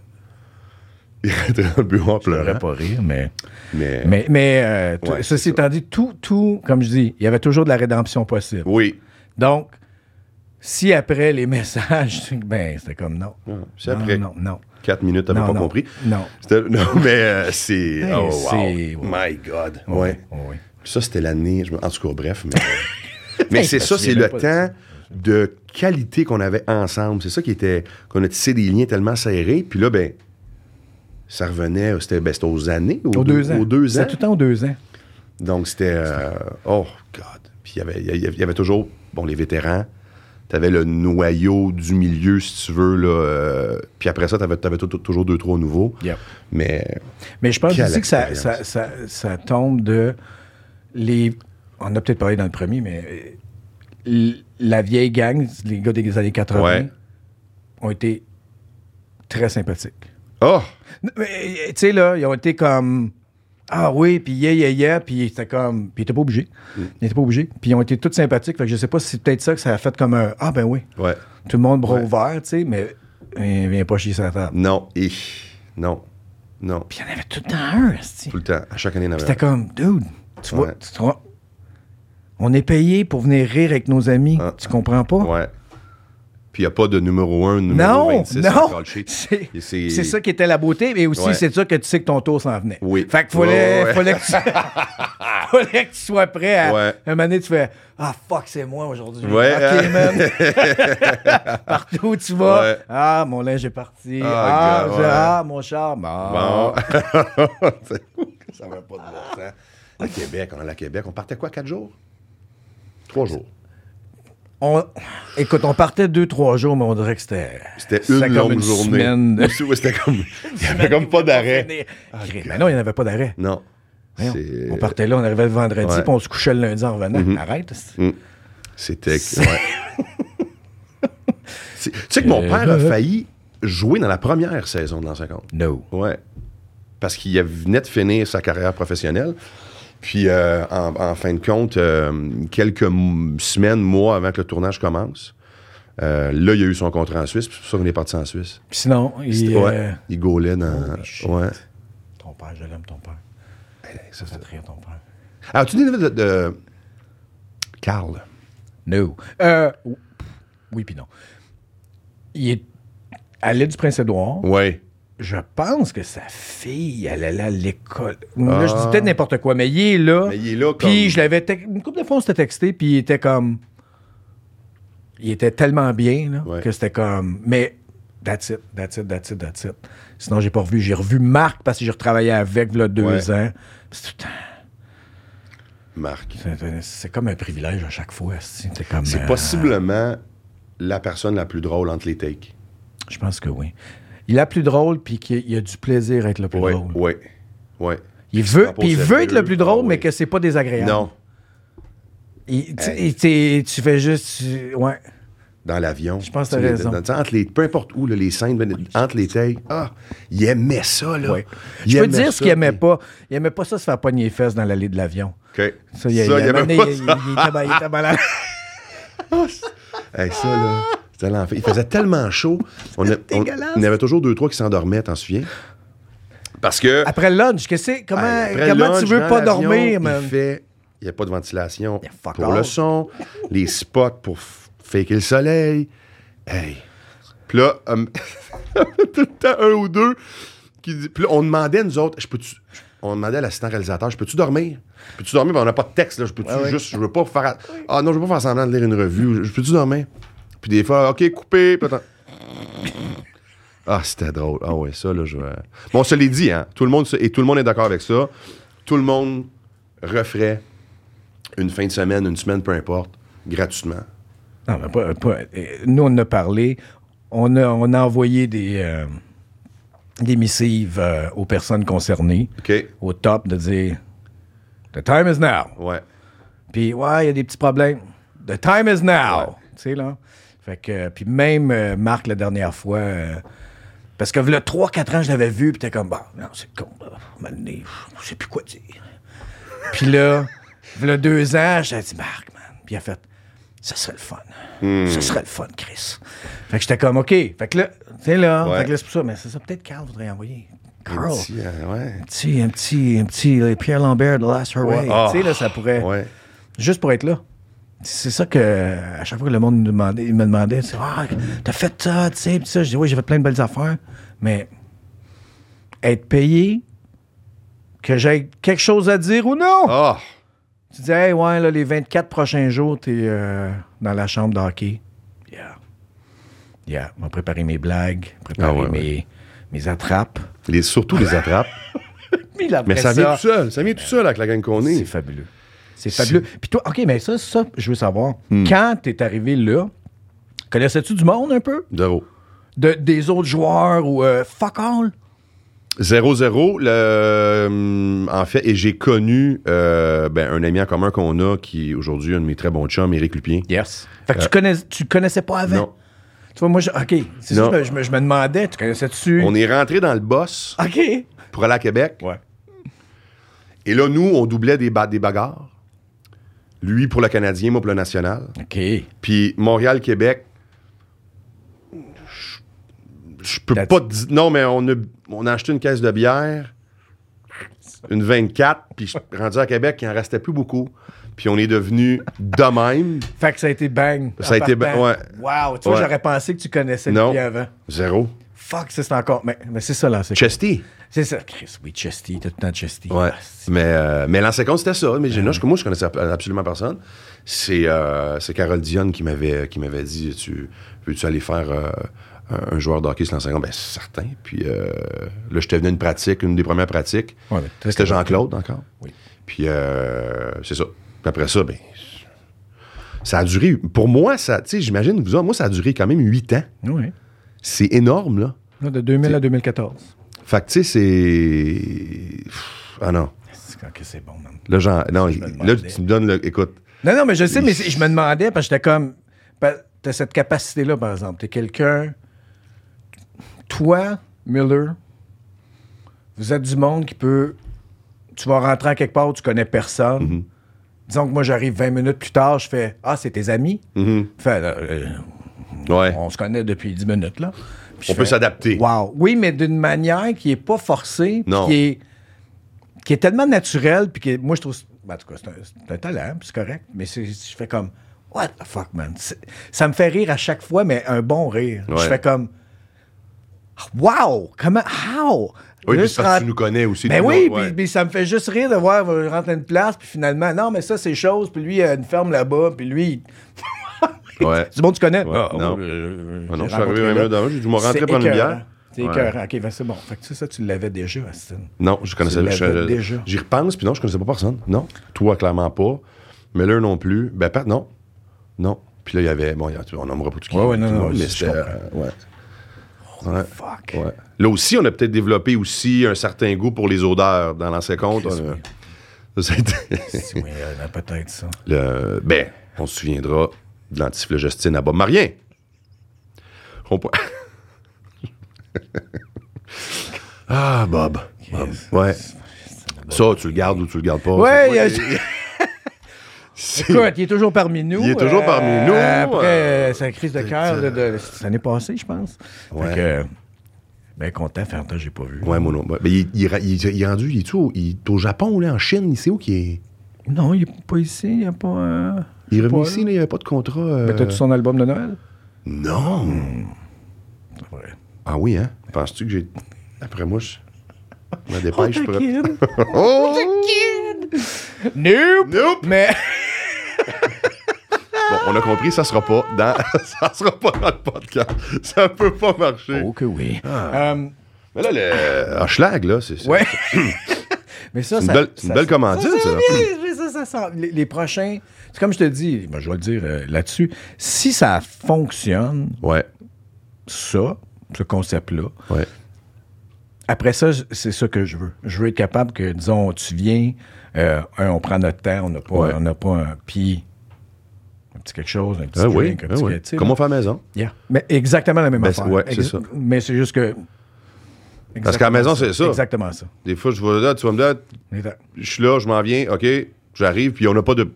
Il est rentré dans le bureau en pleurant. pas rire, mais. Mais, Mais, mais euh, tout- Ouais, c'est ceci étant dit, tout, tout, comme je dis, il y avait toujours de la rédemption possible. oui. Donc, si après les messages, ben, c'était comme non. Non, c'est Non, Ah, après. Non, non. Quatre minutes, t'avais Non, pas non. compris. Non. C'était- Non, mais euh, c'est. Hey, oh, wow. c'est- My God. Oui, Ouais. Oh, oui. Ça, c'était l'année. je me- En tout cas, bref. Mais, mais c'est Je me ça, c'est souviens le pas de temps de qualité qu'on avait ensemble. C'est ça qui était. qu'on a tissé des liens tellement serrés. Puis là, ben. Ça revenait, c'était ben, c'était aux années, aux, Aux deux, deux, ans. Aux deux ans. C'était tout le temps aux deux ans. Donc, c'était. euh, oh, God. Puis, il y avait- il y avait, il y avait toujours. Bon, les vétérans. T'avais le noyau du milieu, si tu veux. Là, euh, puis après ça, t'avais, t'avais tou- tou- toujours deux, trois nouveaux. Yep. Mais. Mais je pense Quelle aussi que ça, ça, expérience. ça, ça tombe de les. On en a peut-être parlé dans le premier, mais euh, l- la vieille gang, les gars des années 80, Ouais. ont été très sympathiques. Oh! Non, mais, euh, Tu sais, là, ils ont été comme. Ah oui, puis yeah, yeah, yeah, puis c'était comme. Puis ils étaient pas obligés. Mm. Ils étaient pas obligés. Puis ils ont été tous sympathiques. Fait que je sais pas si c'est peut-être ça que ça a fait comme un. Ah ben oui. Ouais. Tout le monde bras Ouais. ouvert, tu sais, mais. Viens, viens pas chier sur la table. Non. Et. Non. Non. Puis il y en avait tout le temps un, esti. Tout le temps. À chaque année, il y en avait C'était comme, dude, tu vois, Ouais. tu te rends- on est payé pour venir rire avec nos amis. Ah. Tu comprends pas? un. Ouais. Puis, il n'y a pas de numéro 1, numéro Non, 26. non, encore le shit. c'est Et c'est ça qui était la beauté, mais aussi Ouais. c'est ça que tu sais que ton tour s'en venait. Oui. Fait qu'il fallait, Ouais, ouais. fallait, que tu, fallait que tu sois prêt à Ouais. un moment donné, tu fais Ah fuck, c'est moi aujourd'hui. Ouais, Ok, hein. man. Partout où tu vas, Ouais. ah mon linge est parti, Ah, ah, gars, je- ouais. ah, mon charme. Ah. Bon. ça va pas de bon sens. À Québec, on allait à Québec. On partait quoi, quatre jours? Trois jours. On- écoute, on partait deux, trois jours, mais on dirait que c'était. C'était une comme longue une journée. semaine de- Oui, C'était comme. Il n'y avait comme pas d'arrêt. Ah, mais non, il n'y en avait pas d'arrêt. Non. Voyons, C'est- On partait là, on arrivait le vendredi, Ouais. Mm-hmm. puis on se couchait le lundi en revenant. Arrête. c'est- C'était. que- ouais. C'est- tu sais que Euh. mon père a failli jouer dans la première saison de l'an 50. No. Ouais. Parce qu'il venait de finir sa carrière professionnelle. Puis, euh, en, en fin de compte, euh, quelques m- semaines, mois avant que le tournage commence, euh, là, il a eu son contrat en Suisse. puis C'est pour ça qu'on est parti en Suisse. Puis sinon, il, ouais, euh, il gaulait dans. Holy shit. ouais. Ton père, je l'aime, ton père. Eh, ça, Ça te rire, ton père. Alors, tu dis de, de. Carl. No. Euh, ou- oui, puis non. Il est à l'aide du Prince-Édouard. Ouais. Je pense que sa fille, elle allait à l'école. Là, je dis peut-être n'importe quoi, mais il est là. Ah. Mais il est là comme- Puis je l'avais... tec- Une couple de fois, on s'était texté, puis il était comme... Il était tellement bien, là, Ouais. que c'était comme... Mais that's it, that's it, that's it, that's it. Sinon, j'ai pas revu. J'ai revu Marc parce que j'ai retravaillé avec, là, deux Ouais. ans. C'est tout le temps- Marc. c'est un- C'est comme un privilège à chaque fois. esti. C'est comme, C'est euh, possiblement la personne la plus drôle entre les takes. Je pense que oui. Il a plus drôle, puis qu'il il a du plaisir à être le plus Ouais, drôle. ouais, ouais. Il Qui se veut, prend pas au puis il veut être le sérieux. plus drôle, Ah mais oui. que c'est pas désagréable. Non, Il- tu- Hey. il- t'es- tu fais juste. tu- ouais. dans l'avion. Je pense que t'as Tu sais, raison. dans- dans- entre les, peu importe où, là, les scènes, entre les takes, ah, il aimait ça, là. Ouais. Ah. Il Je peux aimait dire ce ça, qu'il aimait puis- pas. Il aimait pas ça se faire pogner les fesses dans l'allée de l'avion. OK. Ça, il, il- il- il- il- il était mal- il était malade. Hey, ça, là, c'était l'enfer. Il faisait tellement chaud. On, a- on- dégueulasse. il y en avait toujours deux, trois qui s'endormaient, t'en souviens? Parce que... Après le lunch, qu'est-ce que c'est? Comment, Hey, après comment lunch, tu veux dans pas l'avion, dormir, man? Il fait... Il n'y a pas de ventilation Yeah, fuck pour all. le son, les spots pour f- faker le soleil. Hey! Puis là, hum, tout le temps, un ou deux qui dit... Puis là, on demandait, nous autres, je peux-tu... On demandait à l'assistant réalisateur, je peux-tu dormir? Peux-tu dormir? Ben, on n'a pas de texte, là. Je peux-tu juste... Je veux pas faire... Ah non, je veux pas faire semblant de lire une revue. Je peux-tu dormir? Puis des fois, OK, coupé. Puis attends. Ah, c'était drôle. Ah ouais, ça, là, je... Bon, on se l'est dit, hein. Tout le monde... se- Et tout le monde est d'accord avec ça. Tout le monde referait une fin de semaine, une semaine, peu importe, gratuitement. Non, mais pas, pas- euh, nous, on en a parlé. On a, on a envoyé des, euh, des missives euh, aux personnes concernées, OK? au top, de dire The time is now. Ouais. Puis, ouais, il y a des petits problèmes. The time is now. Tu sais, là. Fait que, euh, puis même euh, Marc, la dernière fois, euh, parce que le 3-4 ans, je l'avais vu, puis t'es comme, bon, non, c'est con, là. À un moment donné, pff, je sais plus quoi dire. puis là, le 2 ans, j'ai dit, Marc, man. Puis il a fait, ça serait le fun. Hmm. Ça serait le fun, Chris. Fait que j'étais comme, OK. Fait que là, tu sais, là, Ouais. fait que là, c'est pour ça, mais c'est ça, peut-être Carl voudrait envoyer. Carl. Et d'ici, euh, ouais. Un petit, un petit, un petit euh, Pierre Lambert de Last Hurray. Ah. Tu sais, là, ça pourrait Ouais. juste pour être là. C'est ça que, euh, à chaque fois que le monde me demandait, il me demandait, tu sais, ah, t'as fait ça, tu sais, pis ça. Je dis, oui, j'ai fait plein de belles affaires. Mais être payé, que j'ai quelque chose à dire ou non. Ah! Tu dis, hey, ouais, là, les 24 prochains jours, t'es euh, dans la chambre de hockey. Yeah. Yeah. On va préparer mes blagues, préparer Ah ouais, mes, mes attrapes. Les, surtout les attrapes. Puis là, Mais après ça vient tout seul. Ça vient tout seul avec la gang qu'on Eh, C'est est. fabuleux. C'est fabuleux. Puis toi, OK, mais ça, ça, je veux savoir, Hmm. quand t'es arrivé là, connaissais-tu du monde un peu? Zéro. De, des autres joueurs ou euh, fuck all? Zéro, zéro. Le, hum, en fait, et j'ai connu euh, ben, un ami en commun qu'on a, qui est aujourd'hui un de mes très bons chums, Éric Lupien. Yes. Fait que tu, connais, tu connaissais pas avant? Euh, Non. Tu vois, moi, je- OK, c'est ça, Non. je me- je me, je me demandais, tu connaissais-tu? On est rentré dans le boss OK. Ouais. pour aller à Québec. Et là, nous, on doublait des, ba- des bagarres. Lui pour le Canadien, moi pour le National. OK. Puis Montréal-Québec, je je peux That's- pas te dire. Non, mais on a, on a acheté une caisse de bière, une 24, puis je- rendu à Québec, il en restait plus beaucoup. Puis on est devenu de même, Fait que ça a été bang. Ça a en été ba- partant. ouais. Wow, tu vois, Ouais. j'aurais pensé que tu connaissais Non. depuis avant. zéro. Fuck, ça, c'est encore... Mais, mais c'est ça, là. C'est Chesty. c'est ça. Chris, oui, Chesty, t'as tout le temps Chesty. Ouais. Ah, c'est- Ben Mais, euh, mais l'an séquence, c'était ça. Mais j'ai- non, je- moi, je connaissais absolument personne. C'est euh, c'est Carole Dionne qui m'avait qui m'avait dit tu veux-tu aller faire euh, un un joueur de hockey sur l'an séquence Ben, certain. Puis euh, là, j'étais venu à une pratique, une des premières pratiques. Ouais, mais t'as- C'était Jean-Claude encore. Oui. Puis euh, c'est ça. Puis après ça, ben. Ça a duré. Pour moi, ça. Tu sais, j'imagine, vous autres, moi, ça a duré quand même huit ans. Oui. C'est énorme, là. Là, de 2000 à 2014. Fait que, tu sais, c'est. Pff, Ah non. C'est- Ok, c'est bon, man. Là, j'en- non, me il- là, demandais. tu me donnes le. Écoute, Non, non, mais je sais, mais c'est- je me demandais, parce que j'étais comme. pa- T'as cette capacité-là, par exemple. T'es quelqu'un. Toi, Miller, vous êtes du monde qui peut tu vas rentrer à quelque part où tu connais personne. Disons que moi, j'arrive 20 minutes plus tard, je fais Ah, c'est tes amis? Fait, euh, Ouais. on se connaît depuis 10 minutes, là. Puis On je peut fais, s'adapter. Wow. Oui, mais d'une manière qui n'est pas forcée, puis Non. qui est, qui est tellement naturelle, puis que moi, je trouve. ben, en tout cas, c'est un, c'est un talent, puis c'est correct, mais c'est- je fais comme What the fuck, man? C'est- Ça me fait rire à chaque fois, mais un bon rire. Ouais. Je fais comme Wow! Comment? How? Oui, Là, puis c'est parce je que rends- tu nous connais aussi. ben tu oui, nous- puis ouais. puis ça me fait juste rire de voir euh, rentrer une place, puis finalement, non, mais ça, c'est chose, puis lui, il a une ferme là-bas, puis lui, il- Ouais. c'est bon, tu connais? Ouais, Ah, non. oh, euh, Ah non, j'ai je suis arrivé rencontré 20 là. minutes avant, j'ai dû me rentrer C'est prendre une écœurant. bière. C'est Ouais. écœurant. OK, ben c'est bon. Fait que ça, ça, tu l'avais déjà, Austin. Non, je connaissais Tu l'avais je- déjà. J'y repense, puis non, je connaissais pas personne. Non. Toi, clairement pas. Mais là, non plus. Ben, Pat, non. Non. Puis là, il y avait. Bon, il y a- on n'aimera pas tout qui. Ouais, ouais, non, tout le non, Oh. monde, je- mais je c'était, euh, comprends. ouais. Fuck. Ouais. Là aussi, on a peut-être développé aussi un certain goût pour les odeurs dans l'ancien compte. Chris, on a- oui. Ça, ça a été- Si, oui, euh, ben, peut-être ça. Le- ben, on se souviendra de l'antiflogestine à Bob Marien. On peut- ah, Bob. Bob. Ouais. Ça, tu le gardes ou tu le gardes pas. Ouais, ça- il y a- C'est- Écoute, il est toujours parmi nous. Il est toujours parmi nous, Après euh, euh, sa crise de cœur là, de l'année passée, je pense. Ouais. Fait que, ben content, faire un temps, j'ai pas vu. Ouais, mon nom. Ben, il, il, il- il est rendu, il est où? Il est au Japon, là, en Chine, il sait où qu'il est. Non, il est pas ici, il n'y a pas... euh, Il est revenu Paul. ici, là, il n'y avait pas de contrat. euh, Ben, t'as-tu son album de Noël? Non! C'est vrai. Ah oui, hein? Penses-tu que j'ai. Après moi, je. je me Oh, dépêche, the je pourrais- kid! Oh! Nope! Nope! Mais... Bon, on a compris, ça sera pas dans, ça sera pas dans le podcast. Ça peut pas marcher. Oh que oui. Ah. Euh, Mais là, le Hochelag, là, c'est c'est- Ouais. mais ça, c'est une, ça- belle, c'est une ça- belle ça- commandite, ça. ça, oui, oui, ça, ça sent- Les, les prochains. C'est comme je te dis, ben, je vais le dire euh, là-dessus. Si ça fonctionne, Ouais, ça, ce concept-là, ouais. après ça, j- c'est ça que je veux. Je veux être capable que, disons, tu viens, euh, un, on prend notre temps, on n'a pas, Ouais. on n'a pas un. Puis, un petit quelque chose, un petit Ah oui, drink, un ah petit. oui. tu sais, Comme on fait à la maison. Yeah. Mais exactement la même Ben, affaire. c'est- ouais, c'est Ex- ça. Mais c'est juste que. Parce qu'à la maison, c'est ça. Exactement ça. Des fois, je vais là, tu vas me dire, Exact. je suis là, je m'en viens, OK, j'arrive, puis on n'a pas de.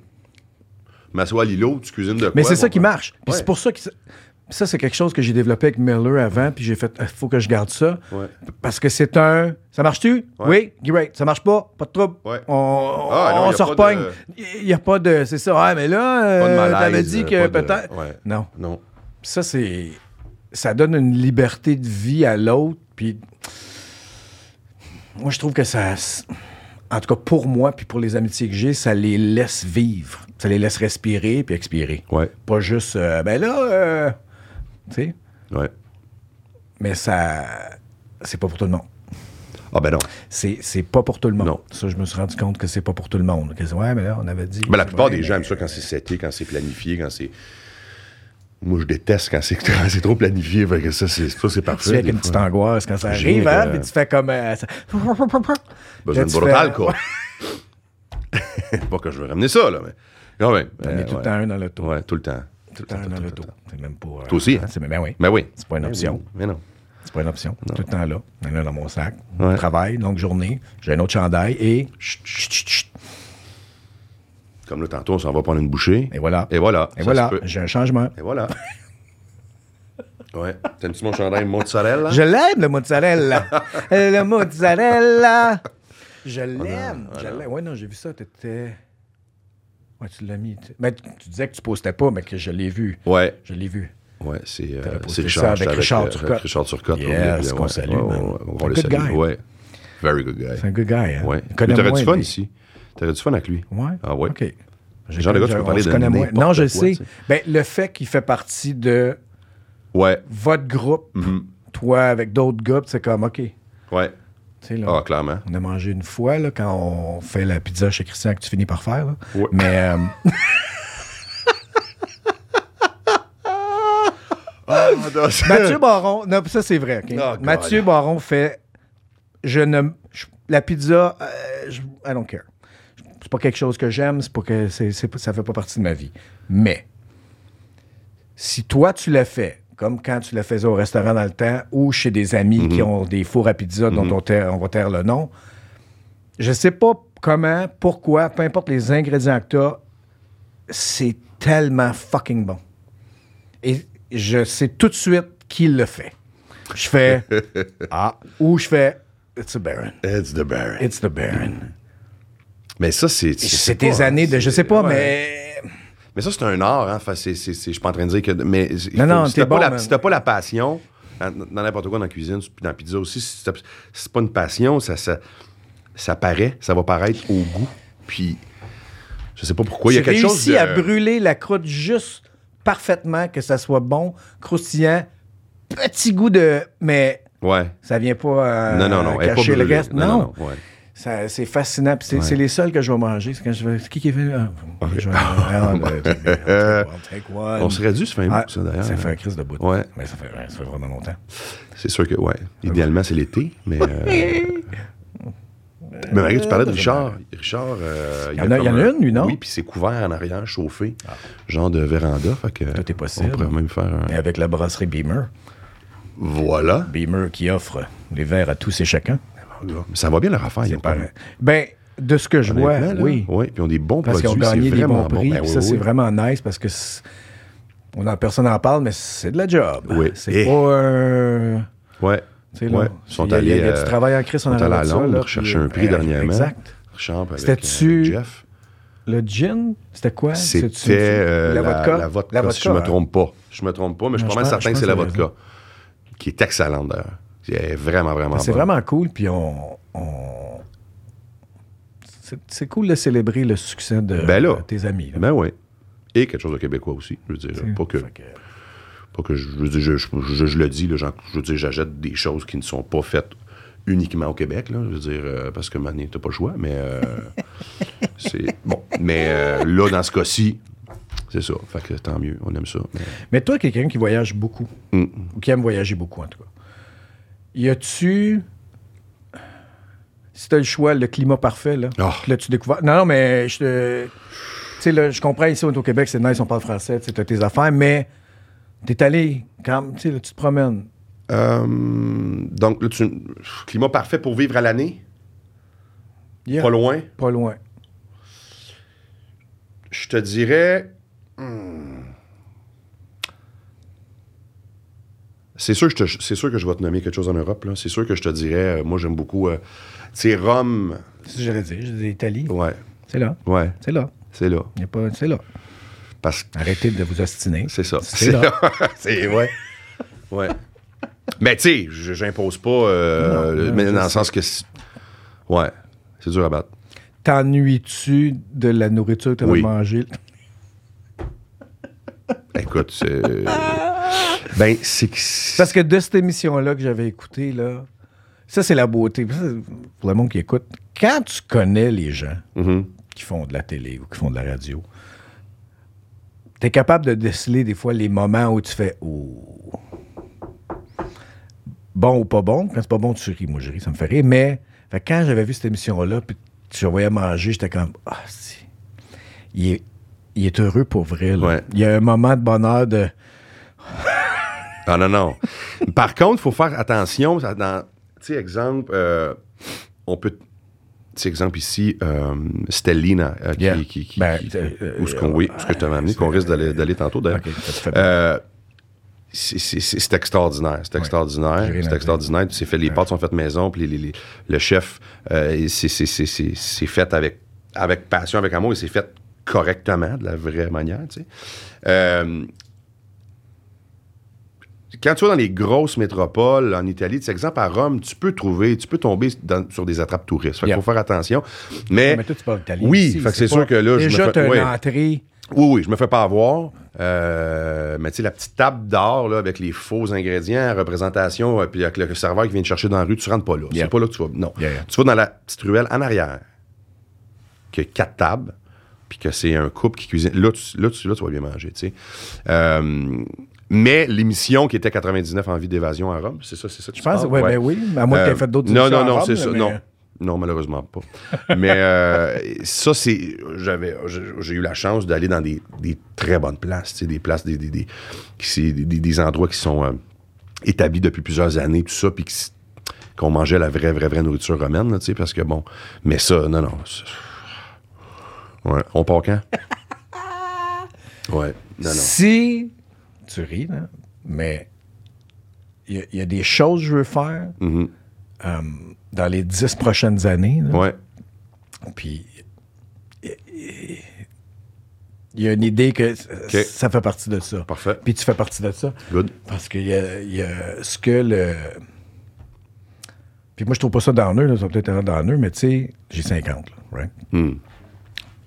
M'assois à l'îlot, tu cuisines de quoi. Mais c'est on ça qui va- marche. Puis Ouais. c'est pour ça que. ça- Ça, c'est quelque chose que j'ai développé avec Miller avant, puis j'ai fait, il faut que je garde ça. Ouais. Parce que c'est un. Ça marche-tu? Oui, great. Ça marche pas? Pas de trouble. Ouais. On, Ah, non, on y a se pas repogne. de- Il n'y a pas de. C'est ça. Ouais, mais là, Pas de euh, malaise, t'avais dit que euh, pas de- peut-être. ouais. Non. Non. Ça, c'est. Ça donne une liberté de vie à l'autre, puis. Moi, je trouve que ça. En tout cas, pour moi, puis pour les amitiés que j'ai, ça les laisse vivre. Ça les laisse respirer, puis expirer. Ouais, Pas juste, euh, ben là, euh, tu sais, ouais. mais ça, c'est pas pour tout le monde. Ah, ben non. C'est c'est pas pour tout le monde. Non. Ça, je me suis rendu compte que c'est pas pour tout le monde. Que c'est, ouais, mais là, on avait dit. Ben, la c'est plupart vrai, des mais- gens aiment ça quand c'est seté, quand c'est planifié, quand c'est. Moi, je déteste quand c'est quand c'est trop planifié. Fait que ça, c'est ça, c'est Tu parfait. sais, avec des une fois. petite angoisse quand ça J'ai, arrive, hein, euh, puis tu fais comme. euh, ça- Besoin Là, de tu brutal, fais- quoi. pas que je veux ramener ça, là, mais. Quand même. T'en mets tout le temps un dans l'auto. Ben Ouais, tout le temps. Tout le temps dans l'auto. C'est même pas. euh, Toi aussi, hein? c'est- Ben oui. Ben oui. C'est pas une option. Mais non. C'est pas une option. Tout le temps là. Il y en a dans mon sac. Ouais. Travail, longue journée. J'ai un autre chandail et. Chut, chut, chut, chut. Comme là, tantôt, on s'en va prendre une bouchée. Et voilà. Et voilà. Et Ça voilà. se peut. J'ai un changement. Et voilà. ouais. T'aimes-tu mon chandail mozzarella? Je l'aime, le mozzarella. Euh, le mozzarella. Je l'aime. je l'aime. Ouais, non, j'ai vu ça. T'étais. Ouais, tu l'as mis. tu- Mais tu tu disais que tu postais pas, mais que je l'ai vu. Ouais. Je l'ai vu. Ouais, c'est euh, T'avais c'est posté ça Richard, avec j'étais Richard euh, Turcotte. Richard Turcotte. Yes, au milieu, qu'on salue, ouais, man. ouais, on Un le good salue. guy. Ouais. Very good guy. C'est un good guy. Hein? Ouais. Il Mais connaît t'aurais du moins, fun mais- ici. T'aurais du fun avec lui. Ouais. Ah ouais. OK. J'ai Genre de comme- gars, tu peux on parler se de connaît moins. n'importe Non, je quoi, sais. tu sais. Ben, le fait qu'il fait partie de Ouais. votre groupe, Mm-hmm. toi avec d'autres gars, puis c'est comme, OK. Tu Ouais. sais, là, Ah, clairement. on a mangé une fois là, quand on fait la pizza chez Christian que tu finis par faire. là. Ouais. Mais euh, Ah, non, c'est- Mathieu Baron, non, ça c'est vrai. ok? Oh, God. Mathieu Baron fait je ne, je- la pizza, euh, je- I don't care. C'est pas quelque chose que j'aime, c'est pas que c'est, c'est pas- ça fait pas partie de ma vie. Mais si toi tu l'as fait, comme quand tu le faisais au restaurant dans le temps ou Mm-hmm. chez des amis qui ont des fours à pizza dont on, terre- on va taire le nom, je sais pas comment, pourquoi, peu importe les ingrédients que tu c'est tellement fucking bon. Et je sais tout de suite qui le fait. Je fais Ah, ou je fais It's the Baron. It's the Baron. It's the Baron. Mais ça, c'est. Et c'est C'est pas- des années de je sais pas, ouais. mais Mais ça, c'est un art, hein. Enfin, c'est, c'est, c'est- je suis pas en train de dire que. Mais il Non, non, si t'es t'as bon, pas, la- man. si t'as pas la passion, hein, dans dans n'importe quoi, dans la cuisine, puis dans la pizza aussi, si t'as- si c'est pas une passion, ça, ça, ça paraît, ça va paraître au goût. Puis, je sais pas pourquoi, il y a j'ai quelque chose. réussi De... à brûler la croûte juste parfaitement, que ça soit bon, croustillant, petit goût de. Mais Ouais. ça vient pas euh, Non, non, non. elle est pas cacher le brûlée. reste. Non, non, non, ouais. Ça, c'est fascinant. puis C'est c'est les seuls que je vais manger. C'est quand je vais. c'est Qui qui est venu? Ah, je vais- ah, ben, take one, take one. On serait dû, ça fait un Ah, bout, Eh ça, d'ailleurs. hein. Ça fait un crise de bout. Ouais. Mais ça fait, ça fait vraiment longtemps. C'est sûr que, ouais. Ah Idéalement, c'est l'été, mais. euh, Euh, Mais Marie, tu parlais de Richard. Richard, euh, Il y en a- il y en comme a un- une, lui, non? Ah. Oui, puis c'est couvert en arrière, chauffé, genre de véranda. Fait que Tout est possible. On pourrait même faire un. Et avec la brasserie Beamer. Voilà. Beamer qui offre les verres à tous et chacun. Ça va bien leur affaire. ils ont Par- Ben, de ce que je pas- vois, honnêtement, là, oui. Oui, puis ils ont des bons Parce qu'ils ont produits. hein? gagné c'est des vraiment bons prix. bon. Ben puis oui, ça, oui, c'est oui. vraiment nice parce que c'est- on en, personne n'en parle, mais c'est de la job. Oui. C'est Eh. pas. euh, Ouais. Tu sais, là, ouais. il y a- il y a- il y a du travail en crise en euh, sont allés arrière à de ça, Londres là, rechercher puis- un prix Eh, dernièrement. exact. Richard, puis avec, C'était-tu- euh, avec Jeff. Le gin, c'était quoi? C'était C'est-tu- euh, la, la vodka, La si je me hein? trompe pas. Je me trompe pas, mais je Non, suis pas je mal pense- certain je que c'est la pense que t'as vodka. Qui est excellente, d'ailleurs. Elle est vraiment, vraiment Ben, C'est bonne. vraiment cool, puis on. on- C'est- C'est cool de célébrer le succès de, Ben là. de euh, tes amis. là. Ben oui. Et quelque chose de québécois aussi, je veux dire. là. Pas que, Fait que- pas que je, je veux dire, je, je- je- je le dis, là, j'en- je veux dire, j'achète des choses qui ne sont pas faites uniquement au Québec, là, je veux dire, euh, parce que Mané, t'as pas le choix, mais euh, c'est bon. Mais euh, là, dans ce cas-ci, c'est ça. Fait que tant mieux, on aime ça. Mais- Mais toi, quelqu'un qui voyage beaucoup, Mm. ou qui aime voyager beaucoup en tout cas, y a-tu. Si t'as le choix, le climat parfait, là. Oh. que Là, tu découvres. Non, non, mais je te. Tu sais, là, je comprends, ici, on est au Québec, c'est nice, on parle français, tu sais, t'as tes affaires, mais t'es allé quand. Tu sais, là, tu te promènes. Euh, donc, là, tu- climat parfait pour vivre à l'année, Yeah. pas loin. Pas loin. Je te dirais. hmm. C'est sûr, que je te- c'est sûr que je vais te nommer quelque chose en Europe. là. C'est sûr que je te dirais, euh, moi j'aime beaucoup. euh, tu sais, Rome. C'est ce que j'allais dire. J'ai dit Italie. Ouais, C'est là. ouais, C'est là. c'est là. Y a pas... C'est là. Parce que Arrêtez de vous ostiner. c'est ça. C'est là. c'est ouais. ouais. Mais tu sais, je- j'impose pas. euh, Non, non, mais je dans le sais. sens que. c'est- Ouais, c'est dur à battre. T'ennuies-tu de la nourriture que t'avais Oui. mangée? Écoute, c'est. ben, c'est que. Parce que de cette émission-là que j'avais écoutée, là, ça, c'est la beauté. Ça, Pour le monde qui écoute, quand tu connais les gens Mhm. qui font de la télé ou qui font de la radio, t'es capable de déceler des fois les moments où tu fais Oh. Bon ou pas bon. Quand c'est pas bon, tu ris. Moi, je ris, ça me fait rire. Mais fait que quand j'avais vu cette émission-là, puis tu le voyais manger, j'étais comme Ah, si. Il est, il est heureux pour vrai. là. Ouais. Il y a un moment de bonheur de. Ah non, non. Par contre, il faut faire attention. ça, dans- Tu sais, exemple, euh, on peut. Tu sais, exemple ici, euh, Stellina, euh, qui, Yeah. qui, qui- Ben, qui- euh, euh, où ce qu'on, oui, où ce que je t'avais amené, qu'on risque d'aller, d'aller tantôt d'ailleurs. Ok, ça te fait- Euh, c'est, c'est- c'est- c'est extraordinaire, c'est extraordinaire, j'ai rien à c'est dire. extraordinaire. Puis c'est fait, les pâtes sont faites maison, puis les- les- les- le chef, euh, c'est, c'est- c'est- c'est- c'est fait avec, avec passion, avec amour, et c'est fait correctement, de la vraie manière, tu sais. Euh, quand tu vas dans les grosses métropoles en Italie, par exemple à Rome, tu peux trouver, tu peux tomber dans- sur des attrapes touristes. Fait qu'il Yeah. faut faire attention. Mais, Mais toi, tu parles italien. Eh, oui, ici, fait que c'est sûr pas- que là, je me Déjà, fais- t'as ouais. une entrée. oui, oui, je me fais pas avoir. Euh, mais tu sais, la petite table d'or là, avec les faux ingrédients, représentation, euh, puis avec le serveur qui vient te chercher dans la rue, tu rentres pas là. Yeah. C'est pas là que tu vas. Non. Yeah, yeah. Tu vas dans la petite ruelle en arrière, que quatre tables, puis que c'est un couple qui cuisine. Là, tu, là, tu, là, tu vas bien manger, tu sais. Euh, mais l'émission qui était 99 Envie d'évasion à Rome, c'est ça, c'est ça que Je pense, ouais, ben oui, à moins moi que t'aies fait d'autres Non, émissions non, à non, Rome, c'est là, ça. mais- Non. Non, malheureusement pas. Mais euh, ça, c'est. J'avais, j'ai j'ai eu la chance d'aller dans des, des très bonnes places, tu sais, des places, des, des, des, qui c'est- des- des- des endroits qui sont euh, établis depuis plusieurs années, tout ça, puis qui s- qu'on mangeait la vraie, vraie, vraie nourriture romaine, là, tu sais, parce que bon. Mais ça, non, non. c'est- Ouais. On part quand? ouais. Non, non. Si tu ris, là, mais il y a- il y, a des choses que je veux faire Mm-hmm. euh, dans les dix prochaines années. là. Ouais. Puis il y a une idée que ça fait partie de ça. Parfait. Puis tu fais partie de ça. Good. Parce qu'il y a, il y a ce que le. Puis moi, je trouve pas ça danneux, là, ça va peut-être être danneux, mais tu sais, j'ai 50, là, right? Il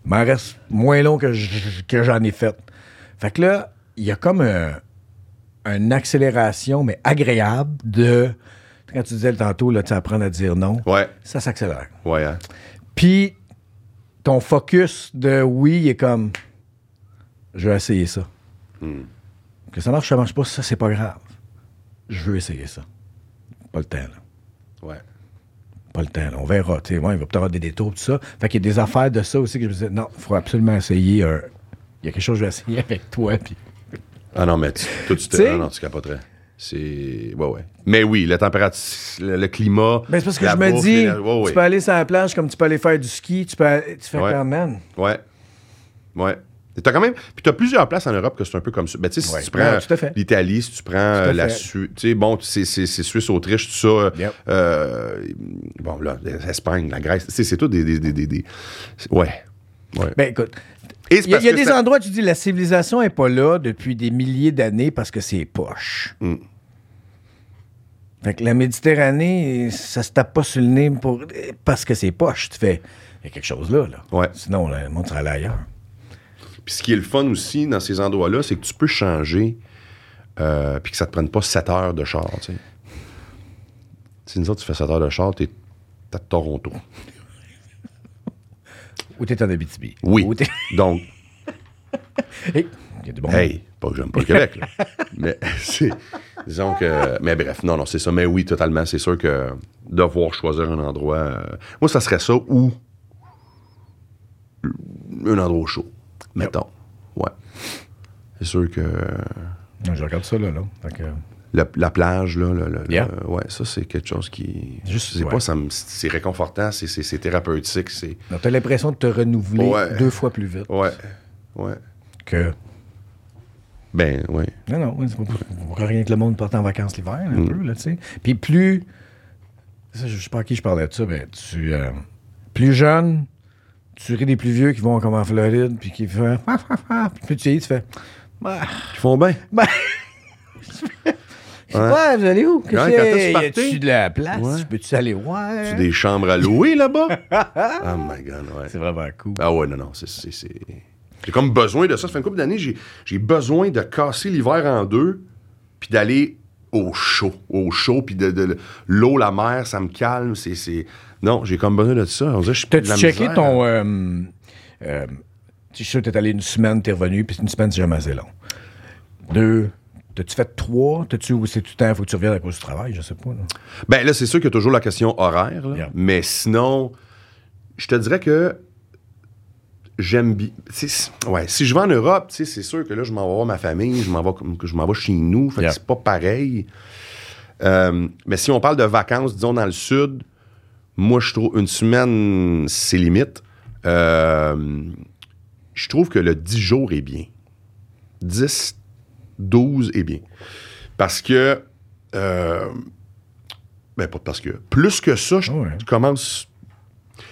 m'en reste moins long que j- que j'en ai fait. Fait que là, il y a comme un- une accélération, mais agréable, de. Quand tu disais le tantôt, là, tu apprends à dire non. Ouais. Ça s'accélère. Ouais, hein. Puis ton focus de oui, il est comme je vais essayer ça. Que ça marche, ça marche pas, ça c'est pas grave. Je veux essayer ça. Pas le temps, là. Ouais. Pas le temps, là. On verra. tu sais. Ouais, il va peut-être avoir des détours, tout ça. Fait qu'il y a des affaires de ça aussi que je me disais, non, il faut absolument essayer. un- Il y a quelque chose que je vais essayer avec toi. Puis... Ah non, mais tu- toi, tu Tu sais- te. Non, non, tu capoterais. C'est. Ouais, ouais. Mais oui, la température, le, le climat. Mais Ben, c'est parce que la je me bouffe, dis, la- ouais, tu ouais. peux aller sur la plage comme tu peux aller faire du ski, tu peux aller- tu fais Ouais. quand même. Ouais. Ouais. Et T'as quand même. Puis t'as plusieurs places en Europe que c'est un peu comme ça. Ben, tu sais, si Ouais. tu prends Ouais, tout à fait. l'Italie, si tu prends euh, la fait. Suisse. Tu sais, bon, c'est c'est- c'est Suisse, Autriche, tout ça. euh, Yep. euh, bon, là, l'Espagne, la Grèce. Tu sais, c'est tout des. des, des, des- des- Ouais. Ouais. Ben écoute, Et c'est il y a, parce il y a que des ça- endroits où tu dis la civilisation n'est pas là depuis des milliers d'années parce que c'est poche. Mm. Fait que la Méditerranée, ça se tape pas sur le nez pour, parce que c'est poche. Tu fais, il y a quelque chose là. là. Ouais. Sinon, là, le monde serait allé ailleurs. Puis ce qui est le fun aussi dans ces endroits-là, c'est que tu peux changer euh, puis que ça te prenne pas 7 heures de char, tu sais. Si nous autres, tu fais 7 heures de char, t'es t'es à Toronto. Ou t'es en Abitibi. Oui. Ou t'es- Donc, Hey, il y a du bon monde. hey, pas que j'aime pas le Québec, là. Mais c'est... Disons que... Mais bref, non, non, c'est ça. Mais oui, totalement, c'est sûr que devoir choisir un endroit... euh, moi, ça serait ça ou un endroit chaud, mettons. Ouais. C'est sûr que... Non, je regarde ça là. là. Fait que, euh, Le- la plage, là, le- le- Yeah. le- ouais, ça, c'est quelque chose qui. Juste- je sais ouais. pas, ça me- c'est réconfortant, c'est- c'est c'est thérapeutique, c'est. donc, t'as l'impression de te renouveler Ouais. deux fois plus vite Ouais. Ouais. que. Ben, ouais. Non, non, oui, c'est pas, pour- pour rien que le monde parte en vacances l'hiver, un Mm. peu, là, tu sais. Puis plus. ça, je je sais pas à qui je parlais de ça, mais tu. euh, plus jeune, tu ris des plus vieux qui vont comme en Floride, puis qui font. Ah, ah, ah. Puis plus tu vieillis, tu fais. Bah, Ils font bien. bah. Je sais pas, vous allez où? Qu'est-ce Ouais, que quand est-ce c'est? que Y tu a-tu partais? de la place? Ouais. Je Peux-tu aller voir? Tu as des chambres à louer là-bas? oh my God, ouais. C'est vraiment cool. Ah ouais, non, non, c'est- c'est. c'est- J'ai comme besoin de ça. Ça fait une couple d'années, j'ai j'ai besoin de casser l'hiver en deux, puis d'aller au chaud. Au chaud, puis de, de- de- l'eau, la mer, ça me calme. c'est c'est- Non, j'ai comme besoin de ça. On dirait que je suis de T'as-tu la checké misère. hein? ton. euh, euh, je suis sûr que t'es allé une semaine, t'es revenu, puis une semaine, c'est jamais assez long. Deux. T'as-tu fait trois? T'as-tu ou c'est tout le temps, faut que tu reviennes à cause du travail? Je sais pas. là. Ben là, c'est sûr qu'il y a toujours la question horaire, là. Yeah. mais sinon, je te dirais que j'aime bien. tu sais, si- Ouais, si je vais en Europe, tu sais, c'est sûr que là, je m'en vais voir ma famille, je m'en vais, comme- je m'en vais chez nous, fait que Yeah. c'est pas pareil. Euh, mais si on parle de vacances, disons dans le sud, moi, je trouve une semaine, c'est limite. Euh, je trouve que le 10 jours est bien. 10, 12 est bien. Parce que. euh, ben, pas parce que. Plus que ça, je Ah ouais. je commence.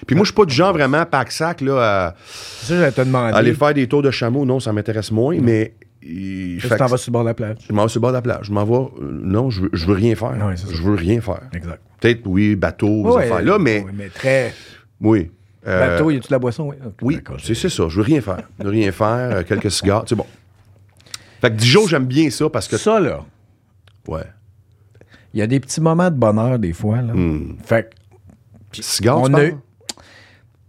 Puis moi, je suis pas du genre vraiment pack-sac là, Ça, j'allais te à demander. aller faire des tours de chameau. Non, ça m'intéresse moins, mais. il- Tu fait t'en que- vas sur le bord de la plage. je m'en vais sur le bord de la plage. Je m'en vais. euh, non, je veux, je veux rien faire. Ouais, c'est ça. je veux rien faire. Exact. Peut-être, oui, bateau, ces Ouais, affaires-là, mais. ouais, mais très. Oui. Euh, Bateau, y a-tu de la boisson? Oui. Ok, Oui, d'accord, c'est c'est ça. Je veux rien faire. Ne rien faire, euh, quelques cigares, c'est bon. Fait que Dijon, j'aime bien ça parce que. Ça, là. Ouais. Il y a des petits moments de bonheur, des fois. Là. Hmm. Fait que Cigares, on tu a parles? eu-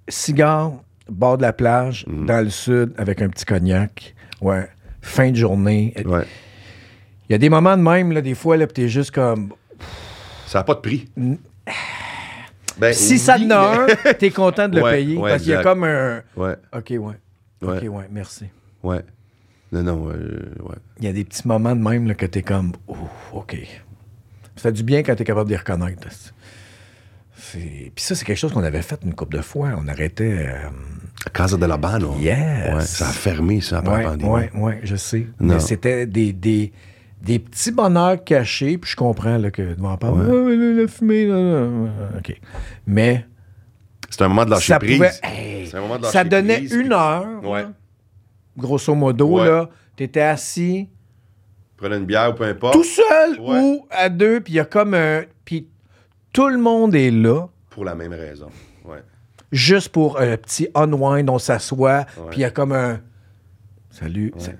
cigare, bord de la plage, Hmm. dans le sud, avec un petit cognac. Ouais. Fin de journée. Il Ouais. y a des moments de même, là, des fois, là, puis t'es juste comme. Ça n'a pas de prix. Ben, Si oui, ça en a mais- un, t'es content de le Ouais, payer. ouais, parce qu'il y a exact. comme un. Ouais, OK, ouais. Ouais. OK, ouais, merci. ouais. Non, non, euh, ouais. Il y a des petits moments de même là, que t'es comme. Ouh, OK. Ça fait du bien quand t'es capable de les reconnaître. C'est- Puis ça, c'est quelque chose qu'on avait fait une couple de fois. On arrêtait. euh, À Casa de la Habano. Yes. Ouais, ça a fermé, ça, après ouais, la pandémie. ouais, ouais, je sais. Non. Mais c'était des, des, des petits bonheurs cachés, puis je comprends là, que devant parle. Ah, mais là, la fumée, là, là. Ouais, OK. Mais C'était un moment de lâcher ça Ah, prise. pouvait. Hey, C'est un moment de lâcher ça donnait prise, une puis- heure, Ouais. grosso modo, Ouais. là. T'étais assis Prenez une bière ou peu importe. tout seul Ouais. ou à deux, puis il y a comme un. Puis tout le monde est là. Pour la même raison. Ouais. juste pour un petit unwind, on s'assoit, Ouais. puis il y a comme un salut. C'est- C'est-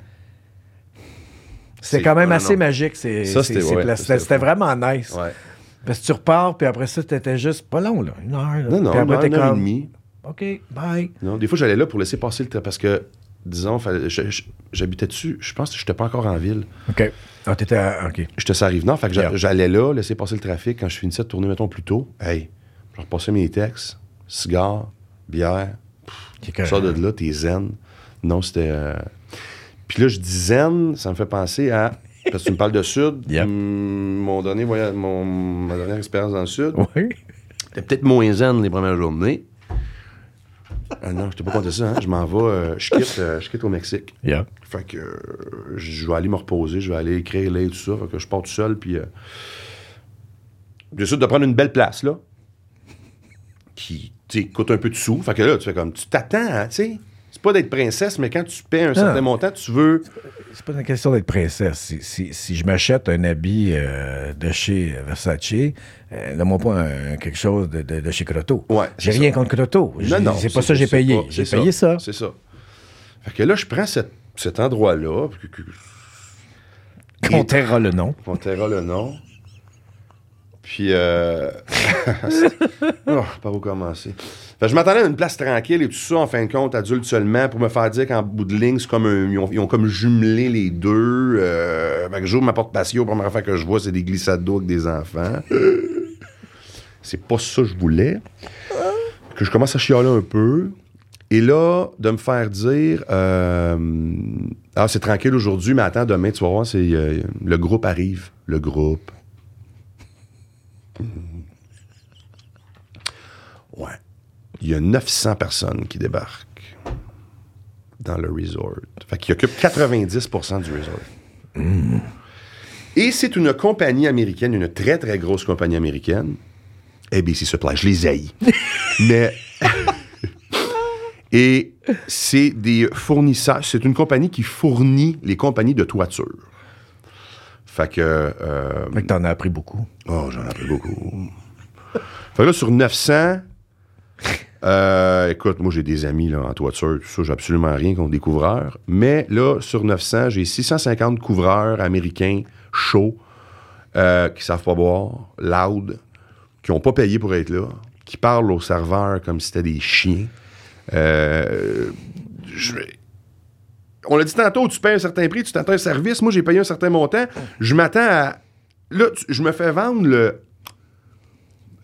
C'est quand même non, assez non. magique, c'est Ça, c'est- c'était- c'est ouais, pla- ça, c'était- c'était c'était vraiment nice. Ouais. Parce que tu repars, puis après ça, t'étais juste pas long, là, une heure. là. Non, non, Puis une après, heure, t'es une heure et comme, demie. OK, bye. Non, des fois, j'allais là pour laisser passer le temps parce que, disons, fallait- je- je- j'habitais dessus. Je pense que j'étais pas encore en ville. OK. Ah, t'étais à- OK. J'étais sur la rive nord, fait que j'a- Yeah. j'allais là, laisser passer le trafic. Quand je finissais de tourner, mettons, plus tôt, hey, je repassais mes textes, cigares, bière. Tu C'est que- sors de là, t'es zen. Non, c'était. euh, Puis là, je dis zen, ça me fait penser à. Parce que tu me parles de Sud, Yep. mm, mon dernier voyage, mon, ma dernière expérience dans le Sud. Oui. T'es peut-être moins zen les premières journées. Ah non, je t'ai pas compté ça, hein. Je m'en vais, euh, je, quitte, euh, je quitte au Mexique. Yeah. Fait que euh, je vais aller me reposer, je vais aller écrire, lire, tout ça. Fait que je pars tout seul, puis euh, j'essaie de prendre une belle place, là, qui, tu sais, coûte un peu de sous. Fait que là, tu fais comme, tu t'attends, hein, tu sais. C'est pas d'être princesse, mais quand tu Ah. paies un certain montant, tu veux... C'est pas une question d'être princesse. Si, si- si je m'achète un habit euh, de chez Versace, euh, donne-moi pas un- quelque chose de, de- de chez Crotto. Ouais, j'ai c'est rien ça. contre Crotto. J'ai- C'est pas ça que j'ai c'est payé. pas- J'ai c'est payé ça. C'est ça. Fait que là, je prends cet, cet endroit-là, puis que- que- Qu'on taira le nom. On taira le nom. Puis, euh... oh, par où commencer? Fait que je m'attendais à une place tranquille et tout ça, en fin de compte, adulte seulement, pour me faire dire qu'en bout de ligne, c'est comme un- ils, ont, ils ont comme jumelé les deux. Euh... Fait que j'ouvre ma porte patio, première affaire que je vois, c'est des glissades d'eau avec des enfants. c'est pas ça que je voulais. Que je commence à chialer un peu. Et là, de me faire dire euh, Ah, c'est tranquille aujourd'hui, mais attends, demain, tu vas voir, c'est, euh, le groupe arrive. Le groupe. Hmm. Ouais. Il y a 900 personnes qui débarquent dans le resort. Fait qu'il occupe 90 du resort. Et c'est une compagnie américaine, une très, très grosse compagnie américaine. ABC Supply, je les haïs. mais... Et c'est des fournisseurs. C'est une compagnie qui fournit les compagnies de toiture. Fait que... euh, Fait que t'en as appris beaucoup. Oh, j'en ai pris beaucoup. fait que là, sur 900, euh, écoute, moi, j'ai des amis là, en toiture, tout ça, j'ai absolument rien contre des couvreurs. Mais là, sur 900, j'ai 650 couvreurs américains chauds euh, qui savent pas boire, loud, qui ont pas payé pour être là, qui parlent aux serveurs comme si c'était des chiens. Euh, je vais- On l'a dit tantôt, tu payes un certain prix, tu t'attends un service. Moi, j'ai payé un certain montant. Je m'attends à. Là, tu- je me fais vendre le.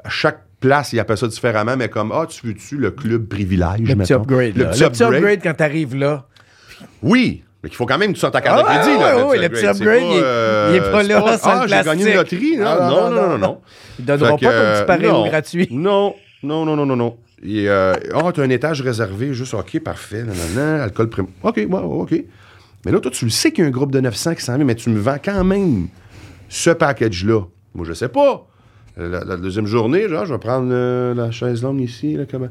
À chaque place, ils appellent ça différemment, mais comme Ah, tu veux-tu le club privilège Le petit mettons? upgrade. Le là. petit upgrade. quand t'arrives là. Oui, mais qu'il faut quand même que tu sortes ta carte Ah, de crédit. ouais, là, ouais, ouais, le petit upgrade, c'est il est- il est pas c'est là, sans Ah, le j'ai gagné une plastique. loterie. Non, Ah, non, non, non, non. Ils donneront Fait pas que, ton euh, petit pareil non. au gratuit. Non, non, non, non, non, non. Et, euh, Ah, t'as un étage réservé, juste OK, parfait, nanana, alcool prim. OK, ouais, ouais, OK. Mais là, toi, tu le sais qu'il y a un groupe de 900 qui s'en vient, mais tu me vends quand même ce package-là. Moi, je sais pas. La, la deuxième journée, genre, je vais prendre euh, la chaise longue ici, là, comment?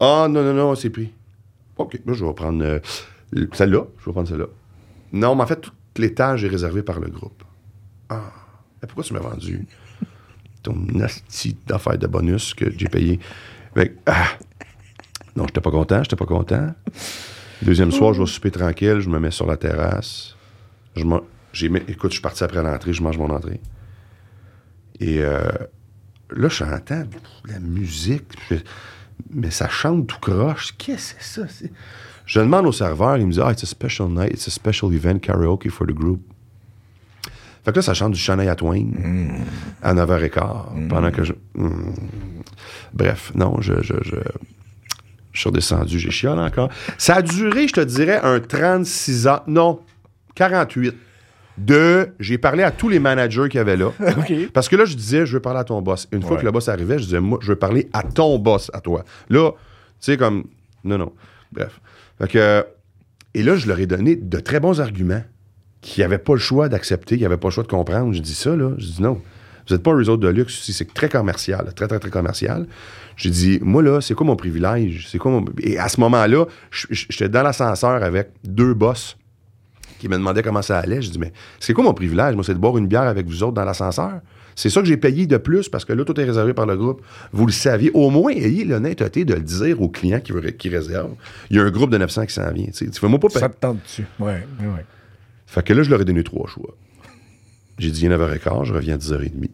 Ah, non, non, non, c'est pris. OK, moi, je vais prendre euh, celle-là. Je vais prendre celle-là. Non, mais en fait, tout l'étage est réservé par le groupe. Ah, mais pourquoi tu m'as vendu ton nasty d'affaires de bonus que j'ai payé? Fait que, ah. Non, j'étais pas content, j'étais pas content. Deuxième soir, je vais souper tranquille, je me mets sur la terrasse. Je m'en- j'ai mis- écoute, je suis parti après l'entrée, je mange mon entrée. Et euh, là, j'entends la musique, je- mais ça chante tout croche. Qu'est-ce que c'est ça? c'est? Je demande au serveur, il me dit Ah, it's a special night, it's a special event karaoke for the group. Fait que là, ça chante du Shania Twain à 9h15 pendant que je. Mm. Bref, non, je, je, je, je suis redescendu, j'ai chialé encore. Ça a duré, je te dirais, un 36 ans. Non, 48. de. J'ai parlé à tous les managers qu'il y avait là. OK. Parce que là, je disais, je veux parler à ton boss. Une fois Ouais. que le boss arrivait, je disais, moi, je veux parler à ton boss, à toi. Là, tu sais, comme. Non, non. Bref. Fait que. Et là, je leur ai donné de très bons arguments qu'ils n'avaient pas le choix d'accepter, qu'ils n'avaient pas le choix de comprendre. Je dis ça, là. Je dis non. Vous n'êtes pas un resort de luxe ici, c'est très commercial, très, très, très commercial. J'ai dit, moi, là, c'est quoi mon privilège? C'est quoi mon... Et à ce moment-là, je- je- j'étais dans l'ascenseur avec deux boss qui me demandaient comment ça allait. Je dis, mais c'est quoi mon privilège? Moi, c'est de boire une bière avec vous autres dans l'ascenseur. C'est ça que j'ai payé de plus parce que là, tout est réservé par le groupe. Vous le saviez. Au moins, ayez l'honnêteté de le dire au client qui, veut- qui réserve. Il y a un groupe de 900 qui s'en vient. Tu sais, tu fais-moi pas pa- Ça te tente dessus. Ouais, ouais, ouais. fait que là, je leur ai donné trois choix. J'ai dit 9h15, je reviens à 10h30.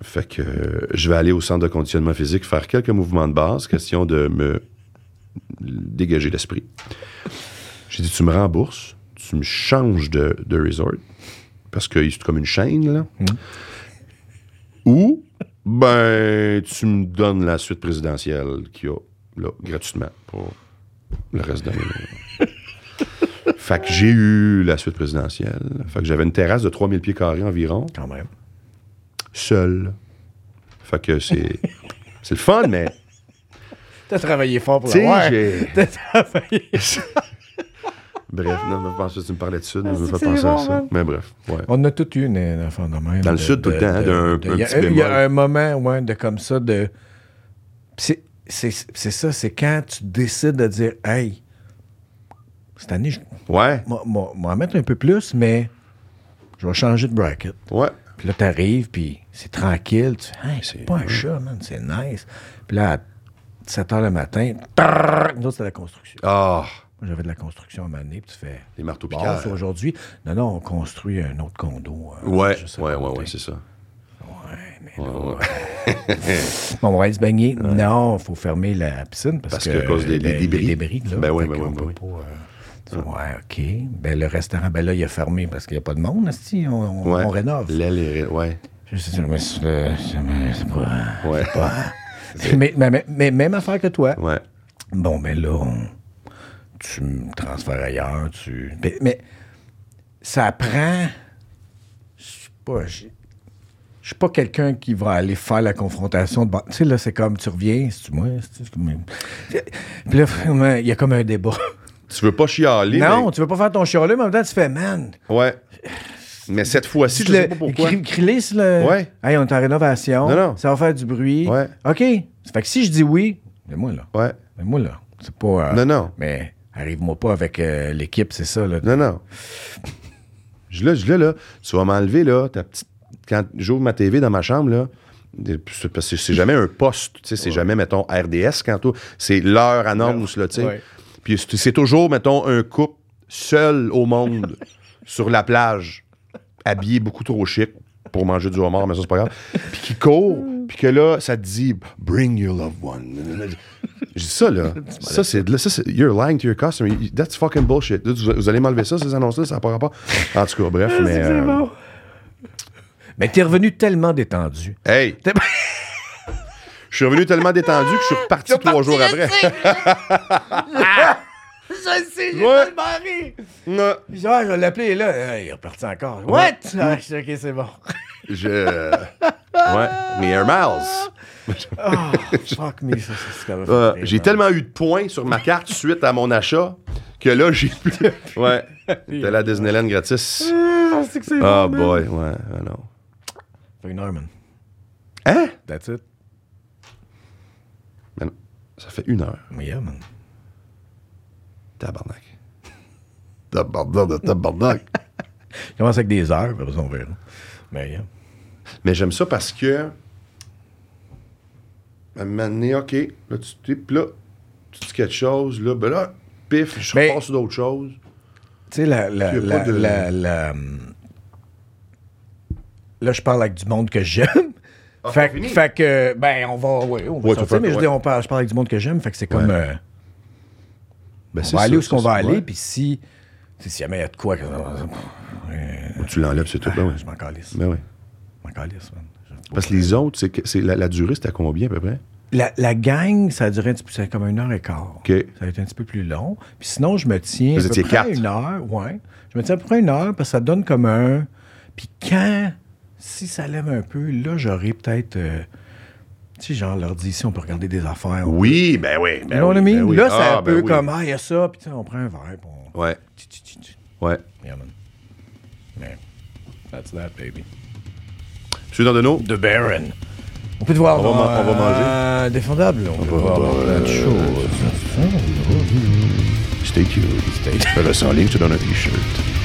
Fait que euh, je vais aller au centre de conditionnement physique faire quelques mouvements de base, question de me dégager l'esprit. J'ai dit, tu me rembourses, tu me changes de, de resort, parce que c'est comme une chaîne, là. Ou, ben, tu me donnes la suite présidentielle qu'il y a, là, gratuitement, pour le reste de l'année. Fait que j'ai eu la suite présidentielle. Fait que j'avais une terrasse de 3000 pieds carrés environ, Quand même. seul. Fait que c'est. c'est le fun, mais. T'as travaillé fort pour Tu l'avoir. sais, T'as travaillé. Bref, non, mais je pense que tu me parlais de Sud, je me Ah, c'est fais que penser c'est à bon, ça. man. Mais bref, ouais. On a tout eu une, une affaire de même. Dans le De- sud, tout le de- temps, hein, d'un- de- de- un il y a- petit bémol. Il y a un moment, ouais, de comme ça, de. C'est c'est- c'est ça, c'est quand tu décides de dire, hey, cette année, je Ouais, moi- moi- moi, en mettre un peu plus, mais je vais changer de bracket. ouais. Puis là, t'arrives, puis c'est tranquille. Tu fais, hey, c'est pas un chat, man, c'est nice. Puis là, à 7 h le matin, trrr, nous autres, c'est la construction. Ah, Moi, j'avais de la construction à m'amener, puis tu fais. les marteaux Bon, picards. c'est aujourd'hui. Non, non, on construit un autre condo. euh, Ouais, juste à ouais, ouais, côté. ouais, c'est ça. On va aller se baigner. Non, il faut fermer la piscine parce, Parce que. qu'à cause des- euh, des les- débris. les débris, là. Ben oui, Fait ben qu'on oui, ben peut oui. pas, euh, tu vois, Ouais, OK. Ben, le restaurant, ben là, il est fermé parce qu'il n'y a pas de monde, esti. On, on- Ouais. on rénove. L'aile est ré- Ouais, Je sais, mais c'est euh, c'est- mais c'est pas. ouais. pas- mais, mais- mais- mais même affaire que toi. Ouais. Bon, ben là, on- tu me transfères ailleurs. Tu... Mais, mais ça prend. Je sais pas. j'ai- Je suis pas quelqu'un qui va aller faire la confrontation. De... ban- Tu sais, là, c'est comme tu reviens, c'est moi. c'est- c'est comme- Puis là, vraiment, il y a comme un débat. Tu veux pas chialer, non, tu veux pas faire ton chialeux, mais en même temps, tu fais, man. mais- Ouais. Mais cette fois-ci, je le- sais pas pourquoi. cri- crier sur le. Ouais. Hey, on est en rénovation. Non, non. Ça va faire du bruit. Ouais. OK. Ça fait que si je dis oui, mais moi, là. Ouais. Mais moi, là, c'est pas. euh, Non, non. Mais arrive-moi pas avec euh, l'équipe, c'est ça, là. Non, non. Je l'ai, je l'ai, là. Tu vas m'enlever, là, ta petite... Quand j'ouvre ma TV dans ma chambre, là, des- c'est- parce que c'est jamais un poste, tu sais, c'est jamais, mettons, RDS, quand tout. C'est l'heure à Normes, là, tu sais. Ouais. Puis c'est c'est toujours, mettons, un couple seul au monde, sur la plage, habillé beaucoup trop chic pour manger du homard, mais ça, c'est pas grave. Puis qui court, puis que là, ça te dit « Bring your loved one ». Je dis ça, là. ça, c'est. là, ça, c'est- You're lying to your customer. You- That's fucking bullshit. Là, vous, vous allez m'enlever ça, ces annonces-là, ça n'a pas rapport. En tout cas, bref, mais. euh, Mais t'es revenu tellement détendu. Hey! T'es- Je suis revenu tellement détendu que je suis reparti trois jours après. Je sais, j'ai Ouais. pas le barré. Non. Puis, ah, je vais l'appeler, là. Ah, il est reparti encore. What? Ah, je dis, OK, c'est bon. Je. Ouais. Mais Air Miles. Ah, fuck me, ça, ça, c'est quand même. Euh, fait j'ai rire, tellement eu de points sur ma carte suite à mon achat que là, j'ai plus. Ouais. T'es la Disneyland gratis. hein. Ah, c'est que c'est Ah, bon, man. boy. Ouais. Ah, non. Fait que Norman, Hein? that's it. Mais non. Ça fait une heure. Yeah, man. Tabarnak. Tabarnak de tabarnak. Commence avec des heures, puis après ça, on verra. Mais, yeah. Mais j'aime ça parce que. À un moment donné, OK, là, tu te puis là, tu dis quelque chose, là, ben là, pif, je Mais- repars sur d'autres choses. Tu sais, la, la, Il y a la, pas de- la- la- hum, Là, je parle avec du monde que j'aime. Ah, fait, c'est fini. fait que, ben, on va, ouais, on va Ouais, tu sortir, fais- mais je ouais. dis, on parle, je parle avec du monde que j'aime, fait que c'est comme, Ouais. euh, Ben, on va aller où est-ce qu'on va aller, puis si, si si jamais il y a de quoi, que- euh, Tu l'enlèves, c'est tout. Ben je oui. m'en calisse, Ben oui. je m'en calisse, man. Je- Parce que les autres, c'est que c'est la, la durée, c'était à combien à peu près? la, la gang, ça a duré un petit peu, ça a comme une heure et quart. OK. Ça a été un petit peu plus long. Puis sinon, je me tiens à Vous peu étiez près à quatre. une heure. Ouais. Je me tiens à peu près à une heure parce que ça donne comme un. Puis quand, si ça lève un peu, là, j'aurais peut-être. euh, tu sais, genre, leur dit ici, on peut regarder des affaires. Oui, ben oui. Ben You know oui, what I mean? ben oui. Là, c'est Ah, un ben peu oui. comme, ah, il y a ça, puis tu sais, on prend un verre, puis on... Ouais, tch, tch, tch, tch. ouais. Yeah, man. Yeah. That's that, baby. Monsieur Donneau, The Baron. On peut te voir. On va ma- on va manger. manger. Défendable. On, peut va- voir on va- plein de euh, choses. steak, you. Steak. Tu fais le 100 livres, tu donnes un t-shirt.